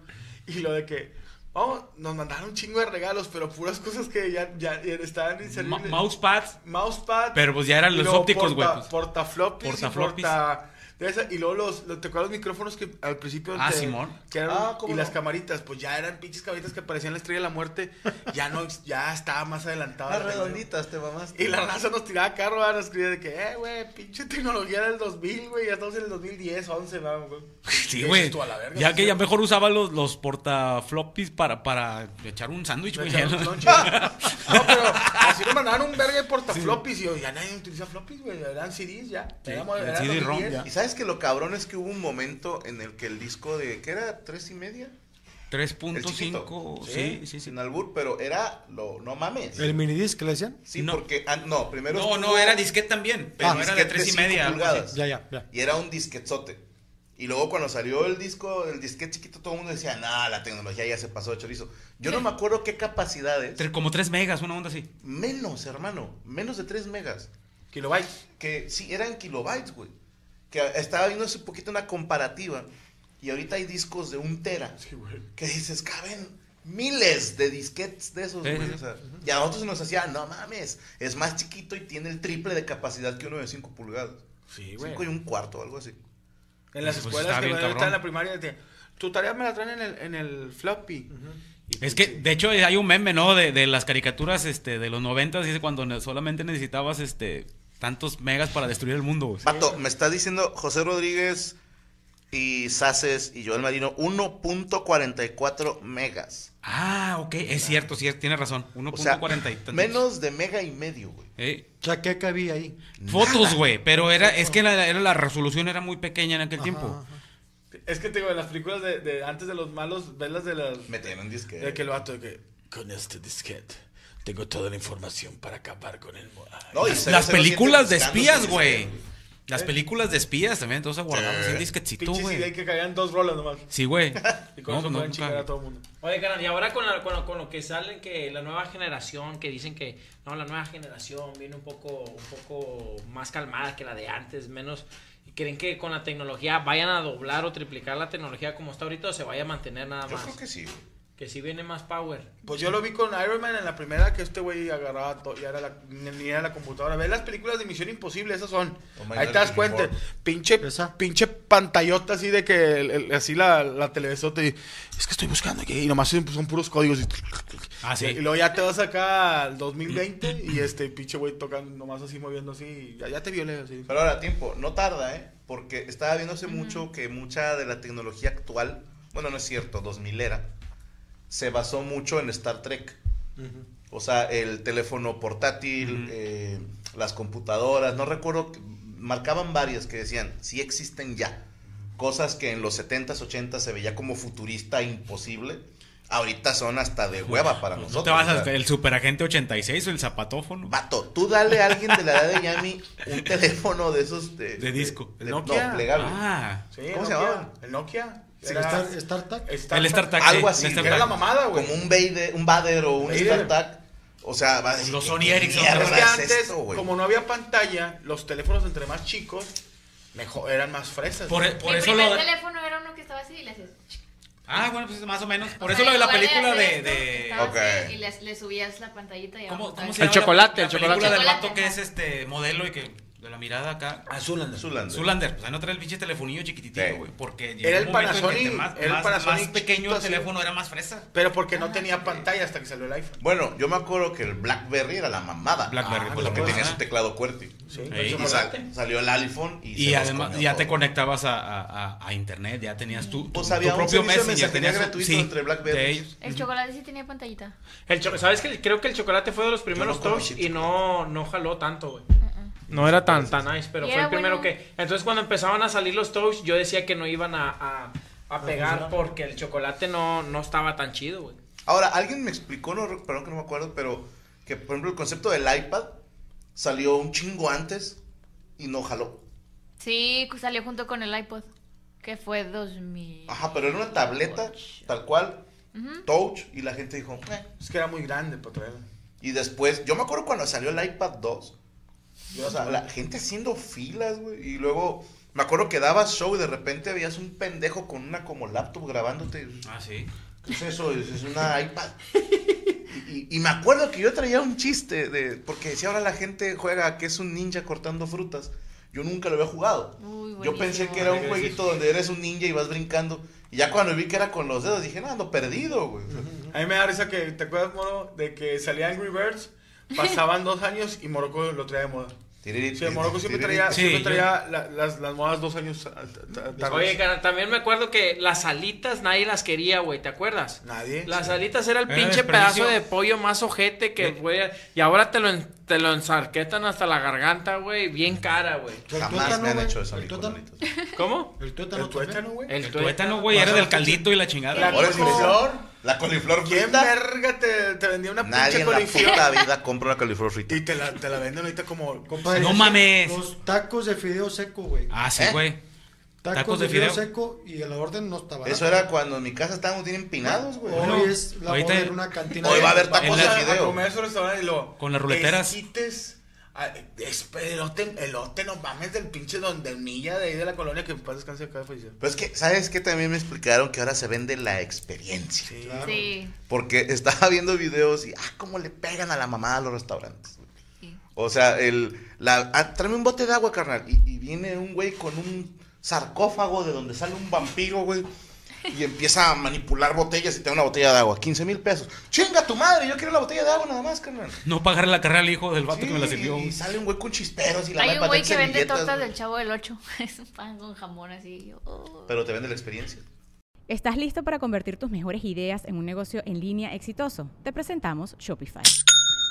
[SPEAKER 2] Y lo de que, vamos, nos mandaron un chingo de regalos, pero puras cosas que ya, ya, ya estaban
[SPEAKER 3] Ma-
[SPEAKER 2] inservibles.
[SPEAKER 3] Mousepads.
[SPEAKER 2] Mousepad.
[SPEAKER 3] Pero, pues, ya eran
[SPEAKER 2] y
[SPEAKER 3] los
[SPEAKER 2] luego
[SPEAKER 3] ópticos, güey,
[SPEAKER 2] Porta,
[SPEAKER 3] pues.
[SPEAKER 2] portaflopis. y
[SPEAKER 3] Portaflopis.
[SPEAKER 2] porta- de esa- y luego los, los- ¿te acuerdas los micrófonos que al principio?
[SPEAKER 3] Ah,
[SPEAKER 2] te-
[SPEAKER 3] Simón.
[SPEAKER 2] Que eran,
[SPEAKER 1] Ah, ¿cómo
[SPEAKER 2] y
[SPEAKER 1] no?
[SPEAKER 2] las camaritas, pues ya eran pinches camaritas que parecían la estrella de la muerte. Ya no, ya estaba más adelantada.
[SPEAKER 1] Las
[SPEAKER 2] la tecnología.
[SPEAKER 1] redonditas, te mamás.
[SPEAKER 2] Y la raza nos tiraba carro, ah, nos escribía de que, eh, güey, pinche tecnología del 2000, güey, ya estamos en el 2010, 11, vamos, güey.
[SPEAKER 3] [laughs] Sí,
[SPEAKER 2] Dices
[SPEAKER 3] güey.
[SPEAKER 2] tú, a la verga,
[SPEAKER 3] Ya
[SPEAKER 2] ¿no
[SPEAKER 3] que
[SPEAKER 2] es
[SPEAKER 3] ya
[SPEAKER 2] cierto?
[SPEAKER 3] mejor usaba los, los portafloppies para, para echar un sándwich, güey.
[SPEAKER 2] Echaron
[SPEAKER 3] [laughs]
[SPEAKER 2] un lonche. No, pero así nos mandaron un verga de portaflopis y yo, ya nadie utiliza floppies, güey, eran CDs ya.
[SPEAKER 3] Sí,
[SPEAKER 2] Éramos-
[SPEAKER 3] el
[SPEAKER 2] era
[SPEAKER 3] CD-ROM,
[SPEAKER 2] 2010.
[SPEAKER 1] Y sabes que lo cabrón es que hubo un momento en el que el disco de, ¿qué era? ¿Tres y media? El chiquito.
[SPEAKER 3] 3.5. Sí, sí, sí.
[SPEAKER 1] Sin albur, pero era lo, no mames.
[SPEAKER 7] El minidisc, le decían.
[SPEAKER 1] Sí,
[SPEAKER 3] No.
[SPEAKER 1] porque, ah, no, primero.
[SPEAKER 3] No,
[SPEAKER 1] estuvo-
[SPEAKER 3] no, era disquete también. Pero
[SPEAKER 1] Ah,
[SPEAKER 3] era de
[SPEAKER 1] disquete
[SPEAKER 3] 3 y
[SPEAKER 1] cinco
[SPEAKER 3] media. algo así.
[SPEAKER 1] pulgadas.
[SPEAKER 7] Ya, ya, ya.
[SPEAKER 1] Y era un disquetzote. Y luego cuando salió el disco, el disquete chiquito, todo el mundo decía, nah, la tecnología ya se pasó de chorizo. Yo
[SPEAKER 3] Eh.
[SPEAKER 1] no me acuerdo qué capacidades.
[SPEAKER 3] Tre- Como 3 megas, una onda así.
[SPEAKER 1] Menos, hermano. Menos de 3 megas.
[SPEAKER 2] Kilobytes.
[SPEAKER 1] Que sí, eran kilobytes, güey. Que estaba viendo hace poquito una comparativa. Y ahorita hay discos de un tera. Que dices, caben miles de disquetes de esos,
[SPEAKER 3] Sí, sí,
[SPEAKER 1] güey.
[SPEAKER 3] sí.
[SPEAKER 1] o sea, y a nosotros se nos hacía, no mames, es más chiquito y tiene el triple de capacidad que uno de 5 pulgadas.
[SPEAKER 2] Sí,
[SPEAKER 1] 5 y un cuarto, algo así.
[SPEAKER 2] En las
[SPEAKER 3] Pues
[SPEAKER 2] escuelas
[SPEAKER 3] está
[SPEAKER 2] que
[SPEAKER 3] bien,
[SPEAKER 2] ahorita
[SPEAKER 3] cabrón.
[SPEAKER 2] en la primaria, te- tu tarea me la traen en el, en el floppy.
[SPEAKER 3] Es que, de hecho, eh, hay un meme, ¿no? De, de las caricaturas este, de los 90, dice cuando ne- solamente necesitabas este, tantos megas para destruir el mundo. güey.
[SPEAKER 1] Pato, me está diciendo José Rodríguez y Saces y Joel Marino 1.44 megas.
[SPEAKER 3] Ah, ok, es cierto, sí, tienes razón.
[SPEAKER 1] O sea,
[SPEAKER 3] 1.40 y tantos.
[SPEAKER 1] menos de mega y medio, güey.
[SPEAKER 3] Eh,
[SPEAKER 7] Chaqueca vi ahí.
[SPEAKER 3] Fotos, güey, pero era, es que la, era la resolución era muy pequeña en aquel tiempo.
[SPEAKER 2] Es que te digo, en las películas de, de antes de los malos, ves las de las.
[SPEAKER 1] Metieron disque.
[SPEAKER 2] De que el vato de que. Con este disquete tengo toda la información para acabar con el mundo.
[SPEAKER 1] No, y
[SPEAKER 3] Las-
[SPEAKER 1] cero,
[SPEAKER 3] Las
[SPEAKER 1] cero,
[SPEAKER 3] películas de
[SPEAKER 1] siete
[SPEAKER 3] espías,
[SPEAKER 1] buscándose,
[SPEAKER 3] güey. Las películas de espías también, todos guardamos
[SPEAKER 1] Sí.
[SPEAKER 3] en disquetito,
[SPEAKER 2] Eh, Pinche CD
[SPEAKER 3] güey.
[SPEAKER 2] que caían dos rolas nomás.
[SPEAKER 3] Sí, güey.
[SPEAKER 2] [laughs] Y con
[SPEAKER 3] No,
[SPEAKER 2] eso
[SPEAKER 3] no,
[SPEAKER 2] pueden chingar
[SPEAKER 3] nunca.
[SPEAKER 2] a todo el mundo.
[SPEAKER 5] Oye, carnal, y ahora con, la- con, lo- con lo que salen, que la nueva generación, que dicen que no, la nueva generación viene un poco, un poco más calmada que la de antes, menos. ¿Y creen que con la tecnología vayan a doblar o triplicar la tecnología como está ahorita o se vaya a mantener nada
[SPEAKER 1] Yo
[SPEAKER 5] más?
[SPEAKER 1] creo que sí. güey.
[SPEAKER 5] Que si viene más power.
[SPEAKER 2] Pues yo lo vi con Iron Man en la primera que este güey agarraba todo y era la, ni ni era la computadora. Ve las películas de Misión Imposible, esas son.
[SPEAKER 1] Oh my God,
[SPEAKER 2] Ahí te das
[SPEAKER 1] Harrison
[SPEAKER 2] cuenta.
[SPEAKER 1] Ford.
[SPEAKER 2] Pinche,
[SPEAKER 7] Esa.
[SPEAKER 2] pinche pantallota así de que el- el- así la, la televisota y es que estoy buscando aquí y nomás son, son puros códigos. Y,
[SPEAKER 3] Ah, sí.
[SPEAKER 2] y luego ya te vas acá al 2020 y este pinche güey tocando nomás así moviendo así. y Ya, ya te violé así.
[SPEAKER 1] Pero ahora, tiempo, no tarda, ¿eh? Porque estaba viendo hace mucho que mucha de la tecnología actual, bueno, no es cierto, 2000 era, se basó mucho en Star Trek. O sea, el teléfono portátil, eh, las computadoras, no recuerdo, marcaban varias que decían, sí existen ya. Cosas que en los 70s, 80s se veía como futurista imposible, ahorita son hasta de hueva para
[SPEAKER 3] [laughs] No
[SPEAKER 1] nosotros.
[SPEAKER 3] te vas
[SPEAKER 1] o sea.
[SPEAKER 3] a el superagente 86 o el zapatófono.
[SPEAKER 1] Vato, tú dale a alguien de la edad de Yami un teléfono de esos de,
[SPEAKER 3] De disco.
[SPEAKER 1] de-
[SPEAKER 2] ¿El
[SPEAKER 1] no,
[SPEAKER 2] Nokia?
[SPEAKER 1] plegable.
[SPEAKER 3] Ah,
[SPEAKER 2] Sí,
[SPEAKER 1] ¿Cómo se
[SPEAKER 2] Nokia,
[SPEAKER 1] llamaba?
[SPEAKER 2] El Nokia.
[SPEAKER 7] Sí,
[SPEAKER 2] Era-
[SPEAKER 7] Star, StarTAC.
[SPEAKER 3] el
[SPEAKER 2] Ah,
[SPEAKER 3] StarTAC.
[SPEAKER 1] Algo así,
[SPEAKER 3] sí,
[SPEAKER 1] que
[SPEAKER 3] el
[SPEAKER 2] Que
[SPEAKER 3] StarTAC.
[SPEAKER 2] Era la mamada, güey.
[SPEAKER 1] Como un Vader, un Vader o un
[SPEAKER 2] Vader.
[SPEAKER 1] StarTAC. O sea, va a decir,
[SPEAKER 3] Los
[SPEAKER 1] ¿qué
[SPEAKER 3] Sony Ericsson,
[SPEAKER 1] mierda
[SPEAKER 2] Es que
[SPEAKER 1] es
[SPEAKER 2] antes,
[SPEAKER 1] esto, güey?
[SPEAKER 2] como no había pantalla, los teléfonos entre más chicos mejor, eran más fresas.
[SPEAKER 3] Por, e- por
[SPEAKER 6] Mi
[SPEAKER 3] eso
[SPEAKER 6] primer
[SPEAKER 3] lo.
[SPEAKER 6] teléfono era uno que estaba así y le haces.
[SPEAKER 3] Ah, bueno, pues más o menos. Por
[SPEAKER 6] O
[SPEAKER 3] eso
[SPEAKER 6] sea,
[SPEAKER 3] lo de la
[SPEAKER 6] en lugar
[SPEAKER 3] película de.
[SPEAKER 6] hacer esto,
[SPEAKER 3] de-
[SPEAKER 6] estaba así
[SPEAKER 1] Ok.
[SPEAKER 6] Y le, le subías la pantallita y
[SPEAKER 3] ¿Cómo,
[SPEAKER 6] abajo
[SPEAKER 3] cómo
[SPEAKER 6] estaba
[SPEAKER 3] se llama?
[SPEAKER 5] El chocolate,
[SPEAKER 3] La-
[SPEAKER 5] el
[SPEAKER 3] la película
[SPEAKER 5] chocolate.
[SPEAKER 3] del vato que
[SPEAKER 6] Chocolate,
[SPEAKER 3] es este modelo y que. De la mirada acá.
[SPEAKER 2] Azul,
[SPEAKER 1] Zulander.
[SPEAKER 3] Zulander, o sea, no trae el pinche telefonillo
[SPEAKER 1] Sí.
[SPEAKER 3] chiquitito, güey. Porque
[SPEAKER 2] Era el
[SPEAKER 3] un momento en que
[SPEAKER 2] Panasonic,
[SPEAKER 3] entre más,
[SPEAKER 2] era el
[SPEAKER 3] más-
[SPEAKER 2] Panasonic
[SPEAKER 3] más pequeño
[SPEAKER 2] chiquito
[SPEAKER 3] el
[SPEAKER 2] así.
[SPEAKER 3] teléfono era más fresa.
[SPEAKER 2] Pero porque no tenía pantalla hasta que salió el iPhone.
[SPEAKER 1] Bueno, yo me acuerdo que el Blackberry era la mamada.
[SPEAKER 3] Blackberry, por
[SPEAKER 1] porque
[SPEAKER 3] supuesto.
[SPEAKER 1] tenía su teclado QWERTY.
[SPEAKER 2] pues,
[SPEAKER 3] Ey,
[SPEAKER 1] Y sal- salió el iPhone y,
[SPEAKER 3] Y,
[SPEAKER 1] se los
[SPEAKER 3] además
[SPEAKER 1] comió
[SPEAKER 3] ya te
[SPEAKER 1] todo.
[SPEAKER 3] conectabas a, a- a- a internet, ya tenías tu, tu,
[SPEAKER 1] Pues
[SPEAKER 3] tu
[SPEAKER 1] había un
[SPEAKER 3] propio
[SPEAKER 1] servicio de
[SPEAKER 3] Messenger.
[SPEAKER 1] mensajería
[SPEAKER 3] tenías-
[SPEAKER 1] gratuito entre Blackberry.
[SPEAKER 3] de ellos.
[SPEAKER 6] El chocolate sí tenía pantallita.
[SPEAKER 5] El cho- ¿Sabes que Creo que el chocolate fue de los primeros
[SPEAKER 1] no como
[SPEAKER 5] touch
[SPEAKER 1] chip
[SPEAKER 5] y no, no jaló tanto, güey. No era tan, tan nice, pero
[SPEAKER 6] Y
[SPEAKER 5] fue el
[SPEAKER 6] era
[SPEAKER 5] primero
[SPEAKER 6] bueno.
[SPEAKER 5] que... Entonces cuando empezaban a salir los touch, yo decía que no iban a, a- a pegar porque el chocolate no, no estaba tan chido, güey.
[SPEAKER 1] Ahora, alguien me explicó, no, re- perdón que no me acuerdo, pero que por ejemplo el concepto del iPad salió un chingo antes y no jaló.
[SPEAKER 6] Sí, salió junto con el iPod. Que fue 2000.
[SPEAKER 1] Ajá, pero era una tableta, tal cual, touch, y la gente dijo, "Eh".
[SPEAKER 2] Es que era muy grande para traerla.
[SPEAKER 1] y después, yo me acuerdo cuando salió el iPad 2, yo, o sea, la gente haciendo filas, güey, y luego, me acuerdo que dabas show y de repente veías un pendejo con una como laptop grabándote, y,
[SPEAKER 3] Ah, sí.
[SPEAKER 1] ¿qué es eso? Y dices, Es una iPad. Y, y- y me acuerdo que yo traía un chiste, de porque decía, ahora la gente juega que es un ninja cortando frutas, yo nunca lo había jugado.
[SPEAKER 6] Uy,
[SPEAKER 1] Yo
[SPEAKER 6] buenísimo.
[SPEAKER 1] pensé que era un
[SPEAKER 2] Regreses.
[SPEAKER 1] jueguito donde eres un ninja y vas brincando. Y ya cuando vi que era con los dedos, dije, no, ando perdido, güey.
[SPEAKER 2] A mí me da risa que, ¿te acuerdas, Moro? De que salía Angry Birds, pasaban dos años y Morocco lo traía de moda.
[SPEAKER 1] Tiriri,
[SPEAKER 2] Sí, Morocco siempre
[SPEAKER 1] tiriri.
[SPEAKER 2] traía,
[SPEAKER 3] Sí,
[SPEAKER 2] siempre
[SPEAKER 3] yo-
[SPEAKER 2] traía la- las, las modas dos años ta- ta- ta-
[SPEAKER 5] Oye,
[SPEAKER 2] tarde.
[SPEAKER 5] cara, también me acuerdo que las alitas nadie las quería, güey, ¿te acuerdas?
[SPEAKER 2] Nadie.
[SPEAKER 5] Las alitas era el
[SPEAKER 3] Era
[SPEAKER 5] pinche
[SPEAKER 3] Eh, desperdicio.
[SPEAKER 5] pedazo de pollo más ojete que
[SPEAKER 3] Sí.
[SPEAKER 5] güey. Y ahora te lo, en- te lo ensarquetan hasta la garganta, güey. Bien cara, güey.
[SPEAKER 7] El
[SPEAKER 1] Jamás
[SPEAKER 7] tuétano,
[SPEAKER 1] me han
[SPEAKER 7] güey,
[SPEAKER 1] hecho eso a mí
[SPEAKER 7] El
[SPEAKER 1] con
[SPEAKER 7] tuétano.
[SPEAKER 1] alitas.
[SPEAKER 5] ¿Cómo?
[SPEAKER 7] El tuétano
[SPEAKER 2] ¿El tuétano,
[SPEAKER 7] también.
[SPEAKER 2] güey?
[SPEAKER 5] El,
[SPEAKER 3] El tuétano, güey, era del caldito y la chingada.
[SPEAKER 1] Ahora es
[SPEAKER 2] rico.
[SPEAKER 1] coliflor. La coliflor
[SPEAKER 2] ¿Quién
[SPEAKER 1] frita.
[SPEAKER 2] verga te, te vendía una
[SPEAKER 1] Nadie
[SPEAKER 2] pinche
[SPEAKER 1] en la
[SPEAKER 2] coliflor?
[SPEAKER 1] puta vida compra una coliflor frita.
[SPEAKER 2] Y te la, te la venden ahorita como...
[SPEAKER 7] Compadre,
[SPEAKER 3] No mames.
[SPEAKER 7] Pues, Los tacos de fideo seco, güey.
[SPEAKER 3] Ah, sí,
[SPEAKER 1] ¿Eh?
[SPEAKER 3] güey.
[SPEAKER 7] Tacos,
[SPEAKER 3] tacos
[SPEAKER 7] de
[SPEAKER 3] de
[SPEAKER 7] fideo
[SPEAKER 3] fideo.
[SPEAKER 7] seco y a la orden no estaba.
[SPEAKER 1] Eso era cuando en mi casa estábamos bien empinados,
[SPEAKER 2] Oh,
[SPEAKER 1] güey.
[SPEAKER 7] Hoy
[SPEAKER 3] Bueno,
[SPEAKER 7] es la
[SPEAKER 3] ahorita-
[SPEAKER 7] moda en una cantina.
[SPEAKER 1] Hoy
[SPEAKER 7] de-
[SPEAKER 1] va a haber tacos
[SPEAKER 2] Vamos
[SPEAKER 3] de
[SPEAKER 2] a, a
[SPEAKER 1] fideo.
[SPEAKER 2] comer a su restaurante y lo...
[SPEAKER 3] Con las ruleteras.
[SPEAKER 2] Esquites. ah, es- Elote, elote, no mames, del pinche don del milla de ahí de la colonia que en paz descanse acá pues, de fallecer.
[SPEAKER 1] Pero es que, ¿sabes qué? También me explicaron que ahora se vende la experiencia.
[SPEAKER 2] Sí.
[SPEAKER 7] Claro.
[SPEAKER 6] Sí.
[SPEAKER 1] Porque [laughs] estaba viendo videos y, ah, cómo le pegan a la mamá a los restaurantes.
[SPEAKER 6] sí.
[SPEAKER 1] O sea, el, la, ah, tráeme un bote de agua, carnal. Y, y viene un güey con un sarcófago de donde sale un vampiro, güey. Y empieza a manipular botellas y te da una botella de agua. 15 mil pesos. Chinga tu madre, yo quiero la botella de agua nada más, carnal.
[SPEAKER 3] No pagarle la carrera al hijo del vato
[SPEAKER 1] Sí,
[SPEAKER 3] que me la sirvió.
[SPEAKER 1] y sale un güey con chisperos y la
[SPEAKER 6] Hay
[SPEAKER 1] madre
[SPEAKER 6] un güey
[SPEAKER 1] para
[SPEAKER 6] que
[SPEAKER 1] hacer
[SPEAKER 6] vende
[SPEAKER 1] servilletas,
[SPEAKER 6] tortas
[SPEAKER 1] güey.
[SPEAKER 6] del chavo del 8. [laughs] Es un pan con jamón así. yo, oh.
[SPEAKER 1] Pero te vende la experiencia.
[SPEAKER 8] ¿Estás listo para convertir tus mejores ideas en un negocio en línea exitoso? Te presentamos Shopify.